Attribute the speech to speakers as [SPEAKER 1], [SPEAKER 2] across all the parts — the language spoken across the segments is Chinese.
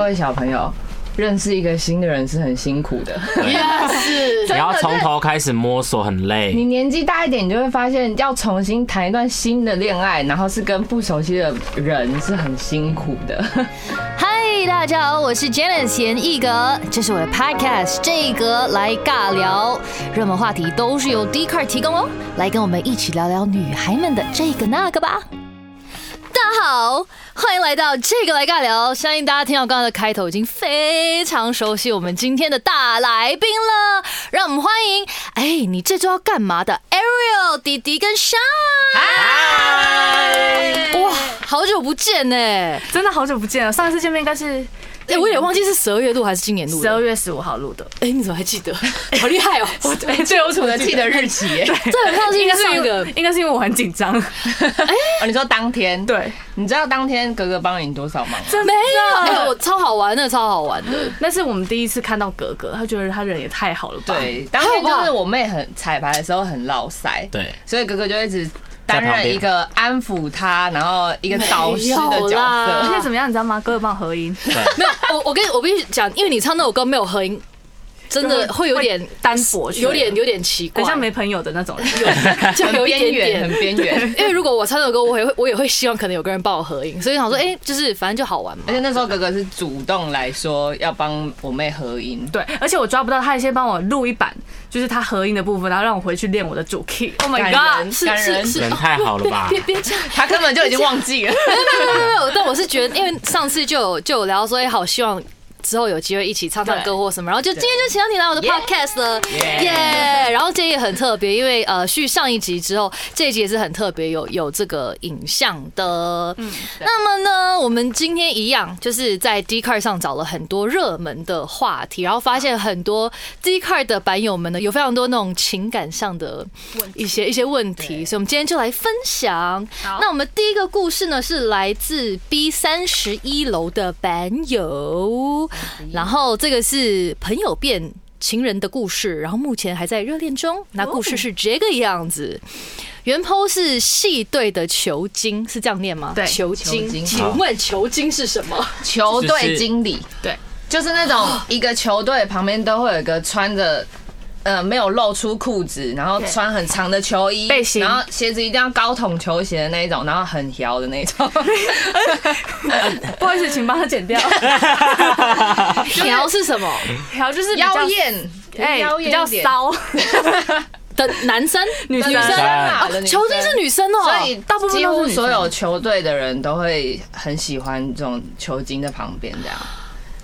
[SPEAKER 1] 各位小朋友，认识一个新的人是很辛苦的。
[SPEAKER 2] Yes，
[SPEAKER 3] 你要从头开始摸索，很
[SPEAKER 1] 你
[SPEAKER 3] 累。
[SPEAKER 1] 年纪大一点，你就会发现要重新谈一段新的恋爱，然后是跟不熟悉的人是很辛苦的。
[SPEAKER 2] 嗨，大家好，我是 Janice 严一格，这是我的 Podcast 这一格来尬聊，热门话题都是由 d c a r 提供哦，来跟我们一起聊聊女孩们的这个那个吧。大家好，欢迎来到这个来尬聊，相信大家听到刚刚的开头已经非常熟悉我们今天的大来宾了，让我们欢迎，哎，你这周要干嘛的？Ariel 弟弟跟 s h a n 哇，好久不见呢、
[SPEAKER 4] 真的好久不见了，上一次见面应该是
[SPEAKER 2] 哎、我有点忘记是十二月录还是今年录
[SPEAKER 4] 十
[SPEAKER 2] 的。
[SPEAKER 4] 二月十五号录的，
[SPEAKER 2] 哎、你怎么还记得？ 好厉害哦！
[SPEAKER 4] 哎、对，我怎
[SPEAKER 1] 我的记得日期耶、
[SPEAKER 2] 这很靠近上一 个，
[SPEAKER 4] 应该是因为我很紧 张，
[SPEAKER 1] 哦你说当天，
[SPEAKER 4] 对，
[SPEAKER 1] 你知道当天格格帮了你多少忙吗？
[SPEAKER 4] 真
[SPEAKER 2] 没有，哎、我超好玩，那个超好玩的。
[SPEAKER 4] 那是我们第一次看到格格，他觉得他人也太好了吧？，
[SPEAKER 1] 对，当天
[SPEAKER 2] 还有
[SPEAKER 1] 就
[SPEAKER 2] 吧
[SPEAKER 1] 是我妹很彩排的时候很落塞，
[SPEAKER 3] 对，
[SPEAKER 1] 所以格格就一直
[SPEAKER 3] 在
[SPEAKER 1] 担
[SPEAKER 3] 旁边
[SPEAKER 1] 任一个安抚她，然后一个导师
[SPEAKER 2] 没有
[SPEAKER 1] 的角
[SPEAKER 2] 啦
[SPEAKER 1] 色
[SPEAKER 4] 而。且怎么样，你知道吗？格格帮我合音，
[SPEAKER 2] 没有，我我跟我必须讲，因为你唱那首歌没有合音，真的会有点
[SPEAKER 4] 单薄，
[SPEAKER 2] 有点有点奇怪，
[SPEAKER 4] 很像没朋友的那种人。
[SPEAKER 2] 就
[SPEAKER 1] 很
[SPEAKER 2] 有一
[SPEAKER 1] 边
[SPEAKER 2] 点
[SPEAKER 1] 缘，很
[SPEAKER 2] 点。
[SPEAKER 1] 边缘。
[SPEAKER 2] 因为如果我唱那首歌，我也会我也会希望可能有个人帮我合影，所以想说，哎、就是反正就好玩嘛
[SPEAKER 1] 而。且那时候格格是主动来说要帮我妹合音，
[SPEAKER 4] 对，而且我抓不到，他还先帮我录一版，就是他合音的部分，然后让我回去练我的主 key。Oh
[SPEAKER 1] 感
[SPEAKER 4] my
[SPEAKER 1] 人
[SPEAKER 4] god！
[SPEAKER 2] 是
[SPEAKER 1] 感
[SPEAKER 2] 是
[SPEAKER 1] 人
[SPEAKER 2] 是，
[SPEAKER 3] 人太好了吧
[SPEAKER 2] 别？别这样，
[SPEAKER 1] 她根本就已经忘记 了。
[SPEAKER 2] 没有没有没 有，但我是觉得，因为上次就有就有聊说，哎，好希望。之后有机会一起唱唱歌或什么，然后就今天就请到你来我的 podcast 了，耶！然后这一也很特别，因为呃续上一集之后，这一集也是很特别，有有这个影像的。那么呢，我们今天一样就是在 d c a r 上找了很多热门的话题，然后发现很多 d c a r 的版友们呢有非常多那种情感上的一些一些问题，所以我们今天就来分享。那我们第一个故事呢，是来自 B 三十一楼的版友，然后这个是朋友变情人的故事，然后目前还在热恋中。那故事是这个样子，原 po 是系队的球精，是这样念吗？
[SPEAKER 4] 对
[SPEAKER 2] 球
[SPEAKER 1] 球
[SPEAKER 2] 精。
[SPEAKER 1] 精
[SPEAKER 2] 请问球精是什么？
[SPEAKER 1] 球队经理，
[SPEAKER 4] 对，哦
[SPEAKER 1] 就是那种一个球队旁边都会有一个穿着。呃，没有露出裤子，然后穿很长的球衣，
[SPEAKER 4] 背心
[SPEAKER 1] 然后鞋子一定要高筒球鞋的那一种，然后很摇的那一 种，
[SPEAKER 4] 不好意思，请帮他剪掉。
[SPEAKER 2] 条是什么
[SPEAKER 4] 然后就是比较
[SPEAKER 1] 妖，艳，
[SPEAKER 4] 哎，
[SPEAKER 1] 妖
[SPEAKER 4] 比
[SPEAKER 1] 艳
[SPEAKER 4] 较
[SPEAKER 1] 一点，
[SPEAKER 4] 骚，
[SPEAKER 2] 的男 生？
[SPEAKER 4] 女生
[SPEAKER 1] 女生啊啦，
[SPEAKER 2] 哦
[SPEAKER 1] 我的，女生
[SPEAKER 2] 球精是女生哦，
[SPEAKER 1] 所以
[SPEAKER 4] 大部分都是
[SPEAKER 1] 几乎
[SPEAKER 4] 女生
[SPEAKER 1] 所有球队的人都会很喜欢这种球精在旁边这样，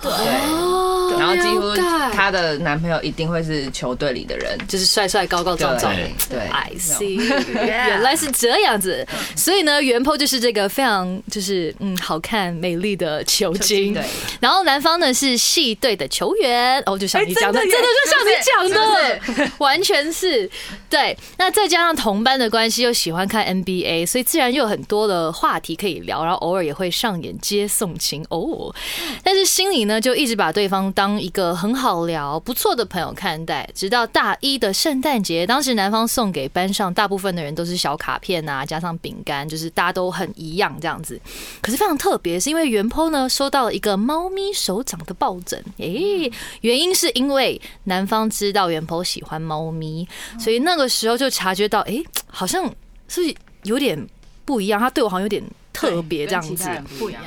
[SPEAKER 1] 对，
[SPEAKER 2] 哦
[SPEAKER 1] 然后几乎
[SPEAKER 2] 了解
[SPEAKER 1] 她的男朋友一定会是球队里的人，
[SPEAKER 2] 就是帅帅高高壮壮的
[SPEAKER 1] 对。对
[SPEAKER 2] I see，原来是这样子，所以呢，原 po 就是这个非常就是嗯好看美丽的球精
[SPEAKER 1] 对，
[SPEAKER 2] 然后男方呢是系队的球员，哦，就像你讲的，
[SPEAKER 4] 哎
[SPEAKER 2] 真
[SPEAKER 4] 真
[SPEAKER 2] 的
[SPEAKER 4] 的耶
[SPEAKER 2] 就像你讲
[SPEAKER 1] 是
[SPEAKER 2] 的， 完全是对。那再加上同班的关系，又喜欢看 NBA，所以自然又有很多的话题可以聊，然后偶尔也会上演接送情哦。但是心里呢，就一直把对方当一个很好聊、不错的朋友看待。直到大一的圣诞节，当时男方送给班上大部分的人都是小卡片啊，加上饼干，就是大家都很一样这样子。可是非常特别，是因为原 po 呢收到了一个猫咪手掌的抱枕，诶、原因是因为男方知道原 po 喜欢猫咪，所以那个时候就察觉到，诶、好像是不是有点不一样，他对我好像有点特别这样子。
[SPEAKER 1] 不一样。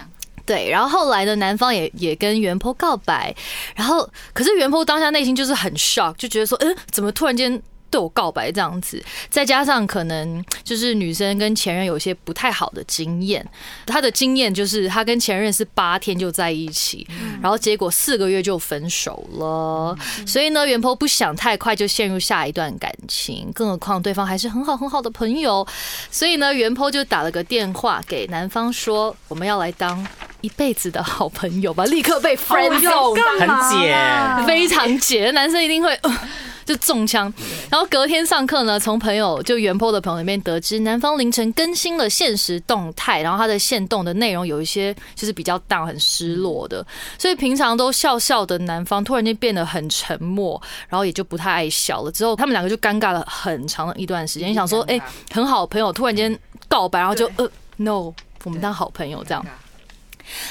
[SPEAKER 2] 对，然后后来呢，男方也也跟袁坡告白，然后可是袁坡当下内心就是很 shock，就觉得说，嗯，怎么突然间对我告白这样子？再加上可能就是女生跟前任有一些不太好的经验，她的经验就是她跟前任是八天就在一起，然后结果四个月就分手了。所以呢，袁坡不想太快就陷入下一段感情，更何况对方还是很好很好的朋友，所以呢，袁坡就打了个电话给男方说，我们要来当一辈子的好朋友吧，立刻被 friend
[SPEAKER 4] 要
[SPEAKER 2] zone，
[SPEAKER 4] 干嘛
[SPEAKER 3] 很解
[SPEAKER 4] 啦
[SPEAKER 2] 非常解，男生一定会。 呃就中枪，然后隔天上课呢，从朋友就原坡的朋友那边得知，男方凌晨更新了现实动态，然后他的现动的内容有一些就是比较大，很失落的，所以平常都笑笑的男方突然间变得很沉默，然后也就不太爱笑了。之后他们两个就尴尬了很长一段时间，想说，哎，很好的朋友突然间告白，然后就呃 no，我们当好朋友这样。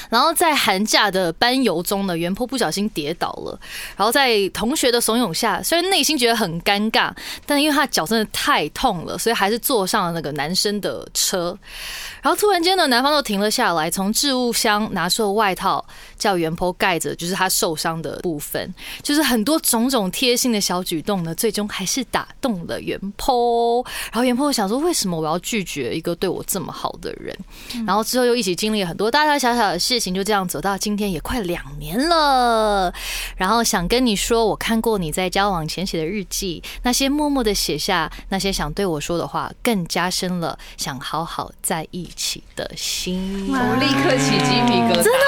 [SPEAKER 2] 然后在寒假的班游中呢，袁坡不小心跌倒了，然后在同学的怂恿下，虽然内心觉得很尴尬，但因为他脚真的太痛了，所以还是坐上了那个男生的车。然后突然间呢，男方就停了下来，从置物箱拿出了外套，叫袁坡盖着，就是他受伤的部分。就是很多种种贴心的小举动呢，最终还是打动了袁坡。然后袁坡想说，为什么我要拒绝一个对我这么好的人？然后之后又一起经历了很多大大小小的事情，就这样哦走到今天也快两年了。然后想跟你说，我看过你在交往前写的日记，那些默默的写下那些想对我说的话，更加深了想好好在一起的心。
[SPEAKER 1] 我立刻起鸡皮疙瘩，真的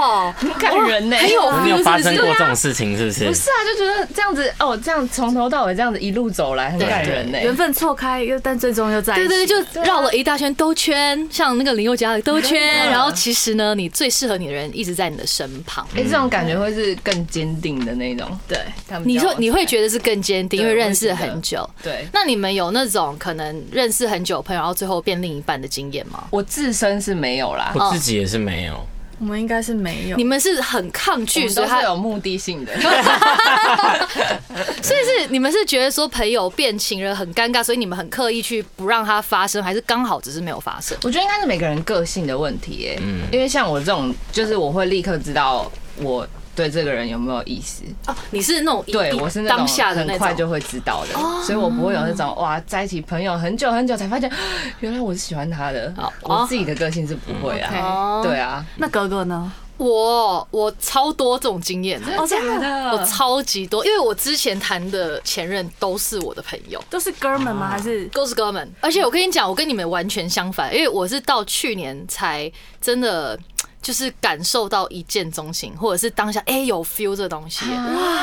[SPEAKER 2] 哦，
[SPEAKER 1] 很感人呢、很有
[SPEAKER 3] 你有发生过这种事情是不
[SPEAKER 1] 不
[SPEAKER 3] 是？
[SPEAKER 1] 是啊，就觉得这样子哦，这样从头到尾这样子一路走来，很感人呢、
[SPEAKER 4] 缘分错开，又但最终又在一
[SPEAKER 2] 对对，
[SPEAKER 4] 起。
[SPEAKER 2] 对，啊就绕了一大圈兜圈，像那个林宥嘉的兜圈。然后其实呢，你最适合你的人一直在你的身旁。
[SPEAKER 1] 哎、这种感觉会是更坚定的那种。对，他们
[SPEAKER 2] 你
[SPEAKER 1] 交
[SPEAKER 2] 说
[SPEAKER 1] 往
[SPEAKER 2] 你
[SPEAKER 1] 起
[SPEAKER 2] 会
[SPEAKER 1] 来
[SPEAKER 2] 觉得是更坚定，因为
[SPEAKER 1] 对我也
[SPEAKER 2] 认识
[SPEAKER 1] 觉得
[SPEAKER 2] 很久。
[SPEAKER 1] 对。
[SPEAKER 2] 那你们有那种可能认识很久的朋友，然后最后变另一半的经验吗？
[SPEAKER 1] 我自身是没有啦，哦
[SPEAKER 3] 我自己也是没有，
[SPEAKER 4] 我们应该是没有
[SPEAKER 2] 你。们是很抗拒，
[SPEAKER 1] 据
[SPEAKER 2] 所
[SPEAKER 1] 说
[SPEAKER 2] 以他
[SPEAKER 1] 是有目的性的，
[SPEAKER 2] 所以是你们是觉得说朋友变情人很尴尬，所以你们很刻意去不让它发生，还是刚好只是没有发生？
[SPEAKER 1] 我觉得应该是每个人个性的问题耶、因为像我这种，就是我会立刻知道我对这个人有没有意思，
[SPEAKER 2] 哦，你是那种一
[SPEAKER 1] 对
[SPEAKER 2] 一
[SPEAKER 1] 我是那
[SPEAKER 2] 当
[SPEAKER 1] 种哦
[SPEAKER 2] 下的
[SPEAKER 1] 很
[SPEAKER 2] 那
[SPEAKER 1] 快
[SPEAKER 2] 种
[SPEAKER 1] 就会知道的，所以我不会有那种哇在一起朋友很久很久才发现， 原来我是喜欢他的
[SPEAKER 2] 哦，
[SPEAKER 1] 我自己的个性是不会啊，
[SPEAKER 2] 哦
[SPEAKER 1] 对啊，
[SPEAKER 4] 那格格呢？
[SPEAKER 2] 我我超多这种经验哦的，
[SPEAKER 1] 真的假
[SPEAKER 2] 我
[SPEAKER 1] 的
[SPEAKER 2] 超级多，因为我之前谈的前任都是我的朋友。
[SPEAKER 4] 都是哥们
[SPEAKER 3] 啊
[SPEAKER 4] 吗？还是
[SPEAKER 2] 都是哥们，而且我跟你讲，我跟你们完全相反，因为我是到去年才真的就是感受到一见钟情，或者是当下哎、有 feel 这东西，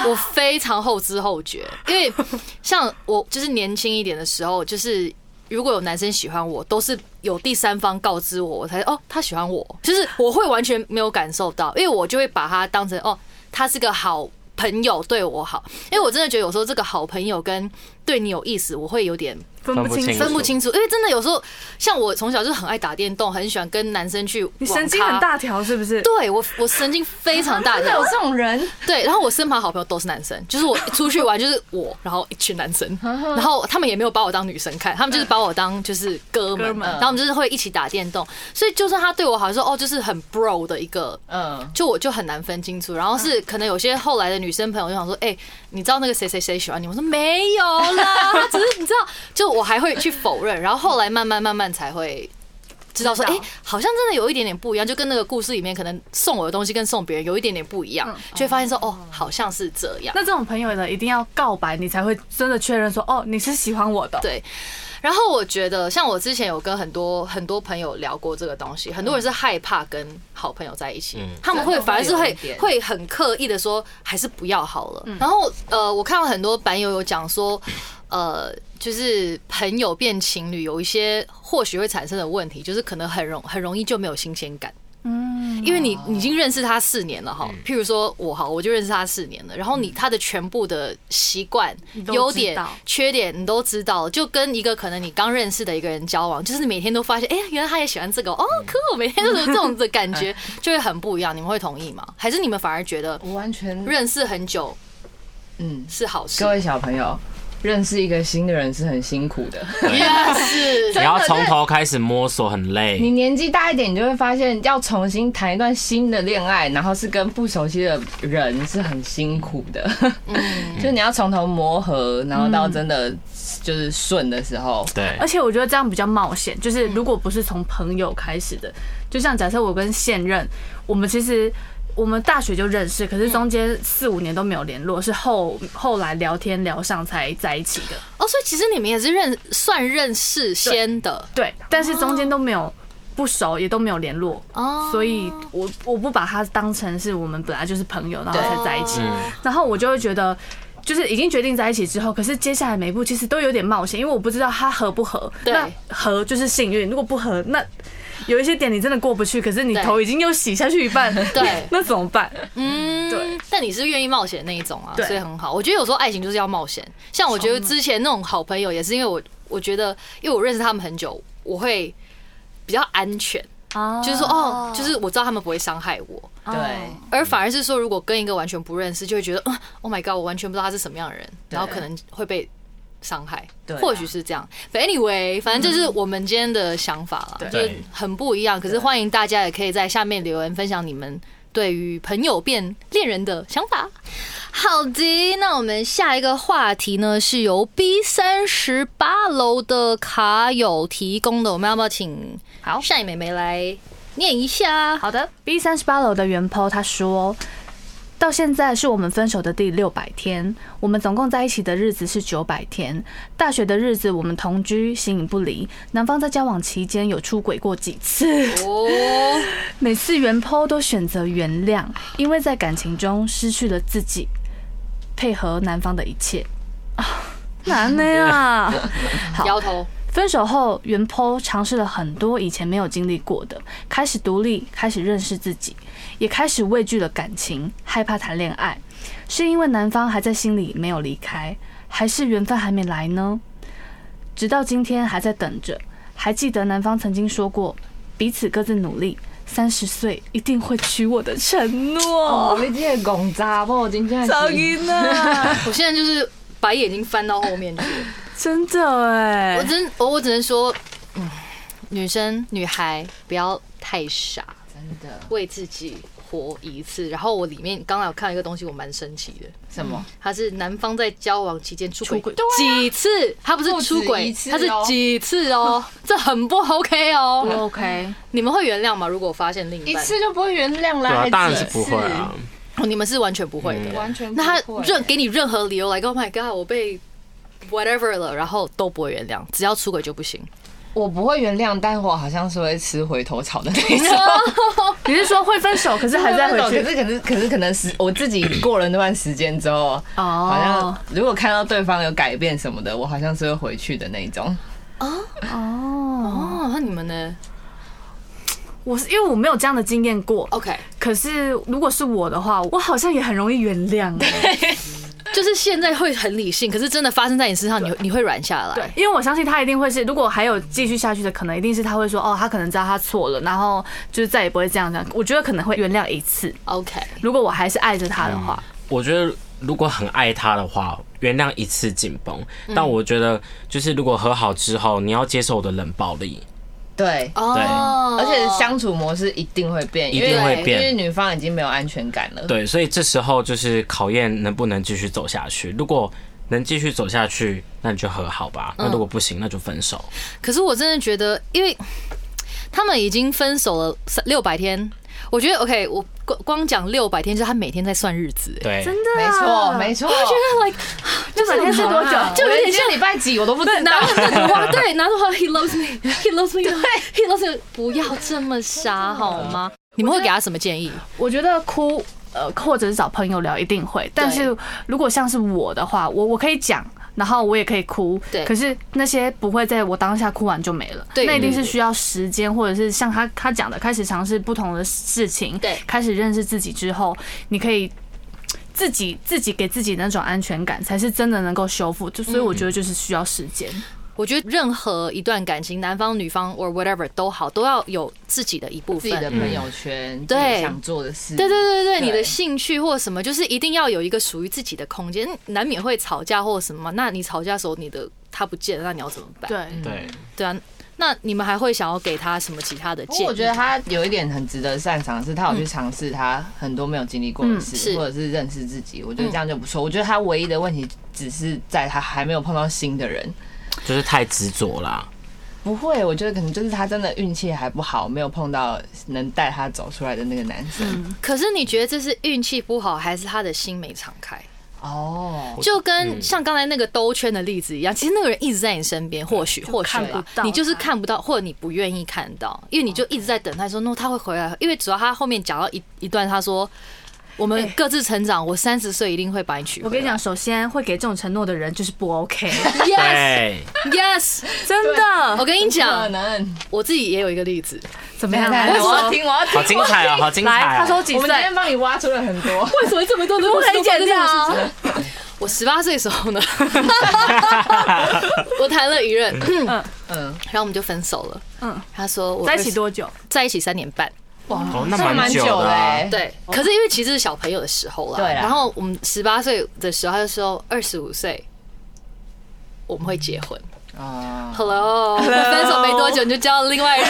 [SPEAKER 2] 我非常后知后觉，因为 像我就是年轻一点的时候，就是如果有男生喜欢我，都是有第三方告知我，我才哦他喜欢我，就是我会完全没有感受到，因为我就会把他当成哦他是个好。朋友对我好，因为我真的觉得有时候这个好朋友跟对你有意思，我会有点
[SPEAKER 4] 分
[SPEAKER 3] 分
[SPEAKER 4] 不
[SPEAKER 3] 不
[SPEAKER 4] 清
[SPEAKER 3] 清
[SPEAKER 4] 楚
[SPEAKER 2] 分不清楚，因为真的有时候，像我从小就是很爱打电动，很喜欢跟男生去。
[SPEAKER 4] 你神经很，大条是不是？
[SPEAKER 2] 对我我神经非常大
[SPEAKER 1] 真的
[SPEAKER 2] 条
[SPEAKER 1] 哦 有。这种人，
[SPEAKER 2] 对，然后我身旁好朋友都是男生，就是我出去玩就是我，然后一群男 生，然后他们也没有把我当女生看，他们就是把我当就是哥们
[SPEAKER 4] 哥，们
[SPEAKER 2] 然后我们就是会一起打电动，所以就算他对我好像说哦，就是很 bro 的一个
[SPEAKER 1] 嗯，
[SPEAKER 2] 就我就很难分清楚。然后是可能有些后来的女生朋友就想说，哎、你知道那个谁谁谁喜欢你？我说没有啦，他只是你知道，就我还会去否认。然后后来慢慢慢慢才会。知道说，
[SPEAKER 4] 知
[SPEAKER 2] 哎、
[SPEAKER 4] 道
[SPEAKER 2] 好像真的有一点点不一样，就跟那个故事里面可能送我的东西跟送别人有一点点不一样，就会发现说，哦，好像是这样。
[SPEAKER 4] 那这种朋友的一定要告白，你才会真的确认说，哦，你是喜欢我的。
[SPEAKER 2] 对。然后我觉得，像我之前有跟很多很多朋友聊过这个东西，很多人是害怕跟好朋友在一起，他们会
[SPEAKER 1] 真的
[SPEAKER 2] 反而是
[SPEAKER 1] 嗯会有
[SPEAKER 2] 会
[SPEAKER 1] 一点嗯
[SPEAKER 2] 会很刻意的说，还是不要好了。然后呃，我看到很多版友有讲说，呃，就是朋友变情侣有一些或许会产生的问题，就是可能很容很容易就没有新鲜感。
[SPEAKER 4] 嗯
[SPEAKER 2] 因为你你已经认识他四年了哈，譬如说我好，我就认识他四年了，然后你他的全部的习惯、
[SPEAKER 4] 嗯都
[SPEAKER 2] 优
[SPEAKER 4] 知
[SPEAKER 2] 点
[SPEAKER 4] 道、
[SPEAKER 2] 缺点你都知道，就跟一个可能你刚认识的一个人交往，就是你每天都发现，哎，原来他也喜欢这个哦，哦
[SPEAKER 4] 嗯
[SPEAKER 2] 可我每天都有这种的感 觉，就会很不一样。你们会同意吗？还是你们反而觉得
[SPEAKER 1] 我完全，
[SPEAKER 2] 认识很久
[SPEAKER 1] 嗯，
[SPEAKER 2] 是好事
[SPEAKER 1] 各？位小朋友，认识一个新的人是很辛苦的，
[SPEAKER 2] Yes，
[SPEAKER 3] 你要从头开始摸索，很
[SPEAKER 1] 你
[SPEAKER 3] 累。
[SPEAKER 1] 年纪大一点，你就会发现要重新谈一段新的恋爱，然后是跟不熟悉的人是很辛苦的， 就是你要从头磨合，然后到真的就是顺的时候，
[SPEAKER 3] 对
[SPEAKER 4] 而，且我觉得这样比较冒险，就是如果不是从朋友开始的，就像假设我跟现任，我们其实我们大学就认识，可是中间四五年都没有联络，是后后来聊天聊上才在一起的。
[SPEAKER 2] 哦，所以其实你们也是认算认识先的
[SPEAKER 4] 对，但是中间都没有不熟，也都没有联络，
[SPEAKER 2] 哦，
[SPEAKER 4] 所以我我不把他当成是我们本来就是朋友，然后才在一起，
[SPEAKER 2] 嗯
[SPEAKER 4] 然后我就会觉得。就是已经决定在一起之后，可是接下来每一步其实都有点冒险，因为我不知道他合不合。
[SPEAKER 2] 对
[SPEAKER 4] 那合就是幸运，如果不合，那有一些点你真的过不去，可是你
[SPEAKER 2] 对
[SPEAKER 4] 头已经又洗下去一半，
[SPEAKER 2] 对
[SPEAKER 4] 那怎么办？
[SPEAKER 2] 嗯，
[SPEAKER 4] 对。
[SPEAKER 2] 但你是愿意冒险的那一种啊，
[SPEAKER 4] 对
[SPEAKER 2] 所以很好。我觉得有时候爱情就是要冒险，像我觉得之前那种好朋友也是因为我，我觉得因为我认识他们很久，我会比较安全。
[SPEAKER 4] 哦
[SPEAKER 2] 就是说哦，就是我知道他们不会伤害我，
[SPEAKER 1] 对
[SPEAKER 2] 而反而是说，如果跟一个完全不认识，就会觉得、嗯、，Oh my god，我完全不知道他是什么样的人，然后可能会被伤害，
[SPEAKER 1] 对啊
[SPEAKER 2] 或许是这样。But anyway，反正就是我们今天的想法了，就是
[SPEAKER 3] 对
[SPEAKER 2] 很不一样。可是欢迎大家也可以在下面留言分享你们对于朋友变恋人的想法。好的，那我们下一个话题呢，是由 B 三十八楼的卡友提供的，我们要不要请
[SPEAKER 4] 好
[SPEAKER 2] 善意妹妹来念一下？
[SPEAKER 4] 好的，B 三十八楼的原 po 他说，到现在是我们分手的第六百天，我们总共在一起的日子是九百天。大学的日子我们同居，形影不离。男方在交往期间有出轨过几次，
[SPEAKER 2] 哦。
[SPEAKER 4] 每次原 po 都选择原谅，因为在感情中失去了自己，配合男方的一切。啊，难的呀！好
[SPEAKER 2] 摇头，
[SPEAKER 4] 分手后，原 po 尝试了很多以前没有经历过的，开始独立，开始认识自己，也开始畏惧了感情，害怕谈恋爱，是因为男方还在心里没有离开，还是缘分还没来呢？直到今天还在等着，还记得男方曾经说过，彼此各自努力，三十岁一定会娶我的承诺。
[SPEAKER 1] 哦，你这个戆查某真正
[SPEAKER 4] 噪
[SPEAKER 1] 是，
[SPEAKER 4] 音啊！
[SPEAKER 2] 我现在就是把眼睛翻到后面去。
[SPEAKER 4] 真的
[SPEAKER 1] 欸
[SPEAKER 4] 哎、
[SPEAKER 2] 我真，我我只能说，嗯，女生女孩不要太傻，
[SPEAKER 1] 真的
[SPEAKER 2] 为自己活一次。然后我里面刚才有看到一个东西，我蛮神奇的，
[SPEAKER 1] 什么？
[SPEAKER 2] 他是男方在交往期间出
[SPEAKER 4] 出
[SPEAKER 2] 轨
[SPEAKER 4] 轨
[SPEAKER 2] 几次，他不是出
[SPEAKER 1] 啊不止
[SPEAKER 2] 轨
[SPEAKER 1] 一，次
[SPEAKER 2] 他是
[SPEAKER 1] 哦
[SPEAKER 2] 几次哦，这很不 OK
[SPEAKER 4] 不
[SPEAKER 2] 哦。
[SPEAKER 4] OK，
[SPEAKER 2] 你们会原谅吗？如果我发现另一
[SPEAKER 1] 一
[SPEAKER 2] 半，
[SPEAKER 1] 次就不会原谅
[SPEAKER 3] 对
[SPEAKER 1] 啦？
[SPEAKER 3] 啊
[SPEAKER 1] 还，
[SPEAKER 3] 当然是
[SPEAKER 1] 几
[SPEAKER 3] 不会啊。
[SPEAKER 2] 哦你们是完全不会的
[SPEAKER 1] 次，。嗯完全不
[SPEAKER 2] 那
[SPEAKER 1] 会
[SPEAKER 2] 他任给你任何理由来、like, o h my God，我被 whatever 了，然后都不会原谅，只要出轨就不行。
[SPEAKER 1] 我不会原谅，但我好像是会吃回头草的 那种。
[SPEAKER 4] 你是说会分手，可是还在回去？
[SPEAKER 1] 可是可是可是可能是我自己过了那段时间之后，
[SPEAKER 4] 哦，
[SPEAKER 1] 好像如果看到对方有改变什么的，我好像是会回去的那种。
[SPEAKER 4] 哦，
[SPEAKER 2] 哦，那你们呢
[SPEAKER 4] 我是因为我没有这样的经验过，
[SPEAKER 2] ？OK，
[SPEAKER 4] 可是如果是我的话，我好像也很容易原谅欸，
[SPEAKER 2] 就是现在会很理性，可是真的发生在你身上，你会你会软下来。
[SPEAKER 4] 对，，因为我相信他一定会是，如果还有继续下去的，可能一定是他会说，哦，他可能知道他错了，然后就是再也不会这样这样，我觉得可能会原谅一次，
[SPEAKER 2] ，OK，
[SPEAKER 4] 如果我还是爱着他的话，
[SPEAKER 3] 我觉得如果很爱他的话，原谅一次紧绷。但我觉得就是如果和好之后，你要接受我的冷暴力，
[SPEAKER 1] 对，
[SPEAKER 2] 哦，
[SPEAKER 1] 而且相处模式一定会变，
[SPEAKER 3] 一
[SPEAKER 1] 因为
[SPEAKER 3] 定会
[SPEAKER 1] 因为
[SPEAKER 3] 变。
[SPEAKER 1] 女方已经没有安全感了。
[SPEAKER 3] 对，所以这时候就是考验能不能继续走下去。如果能继续走下去，那你就和好吧。那如果不行，那就分手。
[SPEAKER 2] 可是我真的觉得，因为他们已经分手了三六百天，我觉得 OK，我光光讲六百天，就是他每天在算日子。哎
[SPEAKER 3] 对，
[SPEAKER 4] 真的
[SPEAKER 1] 没错，没
[SPEAKER 4] 错，
[SPEAKER 1] 错。
[SPEAKER 2] 就是 like
[SPEAKER 4] 这整天是多久？
[SPEAKER 2] 啊
[SPEAKER 1] 就有点像礼拜几我都不知道
[SPEAKER 2] 拿。着那句话， 对，拿着话，He loves me，He loves me，He loves me，不要这么傻好吗？你们会给他什么建议？
[SPEAKER 4] 我觉得哭，呃，或者是找朋友聊一定会，但是如果像是我的话，我我可以讲。然后我也可以哭，
[SPEAKER 2] 对
[SPEAKER 4] 可是那些不会在我当下哭完就没了，
[SPEAKER 2] 对
[SPEAKER 4] 那一定是需要时间，或者是像他他讲的，开始尝试不同的事情，
[SPEAKER 2] 对
[SPEAKER 4] 开始认识自己之后，你可以自己自己给自己那种安全感，才是真的能够修复。就所以我觉得就是需要时间，
[SPEAKER 2] 我觉得任何一段感情，男方、女方 or whatever 都好，都要有自己的一部
[SPEAKER 1] 自
[SPEAKER 2] 分
[SPEAKER 1] 己。的朋友圈，
[SPEAKER 2] 嗯对
[SPEAKER 1] 自己想做的事，
[SPEAKER 2] 对对对对，
[SPEAKER 1] 对
[SPEAKER 2] 你的兴趣或什么，就是一定要有一个属于自己的空间。难免会吵架或什么嘛，那你吵架的时候，你的他不见了，那你要怎么办？
[SPEAKER 4] 对，
[SPEAKER 3] 对，
[SPEAKER 2] 对啊，那你们还会想要给他什么其他的
[SPEAKER 1] 不过
[SPEAKER 2] 建
[SPEAKER 1] 我觉
[SPEAKER 2] 议？
[SPEAKER 1] 得他有一点很值得赞赏，是他有去尝试他很多没有经历过的
[SPEAKER 2] 嗯是
[SPEAKER 1] 事，或者是认识自己。我觉得这样就不错。我觉得他唯一的问题只是在他还没有碰到新的人。
[SPEAKER 2] 嗯
[SPEAKER 3] 就是太执着啦。
[SPEAKER 1] 不会，我觉得可能就是他真的运气还不好，没有碰到能带他走出来的那个男生。
[SPEAKER 2] 可是你觉得这是运气不好，还是他的心没敞开？
[SPEAKER 1] 哦，
[SPEAKER 2] 就跟像刚才那个兜圈的例子一样，其实那个人一直在你身边，或许或许
[SPEAKER 4] 看不
[SPEAKER 2] 吧，
[SPEAKER 4] 到
[SPEAKER 2] 你就是
[SPEAKER 4] 他哦
[SPEAKER 2] 看不到，或者你不愿意看到，因为你就一直在等他说 no，他会回来，因为主要他后面讲到一一段，他说我们
[SPEAKER 4] 哎
[SPEAKER 2] 各自成长，我三十岁一定会把你娶回来。
[SPEAKER 4] 我跟你讲，首先会给这种承诺的人就是不 OK，
[SPEAKER 2] ，yes
[SPEAKER 3] 对，
[SPEAKER 2] yes，
[SPEAKER 4] 真
[SPEAKER 2] 我
[SPEAKER 4] 的，
[SPEAKER 2] 跟你
[SPEAKER 1] 可
[SPEAKER 2] 讲，
[SPEAKER 1] 能。
[SPEAKER 2] 我自己也有一个例子，
[SPEAKER 4] 怎么
[SPEAKER 1] 等一
[SPEAKER 4] 样？
[SPEAKER 1] 下等一下
[SPEAKER 4] 为什
[SPEAKER 1] 我
[SPEAKER 4] 么
[SPEAKER 1] 要听，我要 听。
[SPEAKER 3] 好精彩哦，好精彩
[SPEAKER 4] 来，
[SPEAKER 3] 哦。
[SPEAKER 4] 他说几
[SPEAKER 1] 我们今
[SPEAKER 4] 岁
[SPEAKER 1] 天？帮你挖出了很多。
[SPEAKER 2] 为 什么这么多都不
[SPEAKER 4] 不可以剪掉哦。
[SPEAKER 2] 我十八岁时候呢，我谈了一任，
[SPEAKER 1] 嗯，
[SPEAKER 2] 然后我们就分手了。
[SPEAKER 4] 嗯，
[SPEAKER 2] 他说我
[SPEAKER 4] 在一起多久？
[SPEAKER 2] 在一起三年半，
[SPEAKER 3] 哦，那
[SPEAKER 1] 算
[SPEAKER 3] 蛮久的啊、
[SPEAKER 1] 欸，
[SPEAKER 2] 对，可是因为其实是小朋友的时候啦，
[SPEAKER 1] 对啦
[SPEAKER 2] 然后我们十八岁的时候，他就说二十五岁我们会结婚。
[SPEAKER 1] 哦，
[SPEAKER 2] Hello，分手没多久你就交了另外一任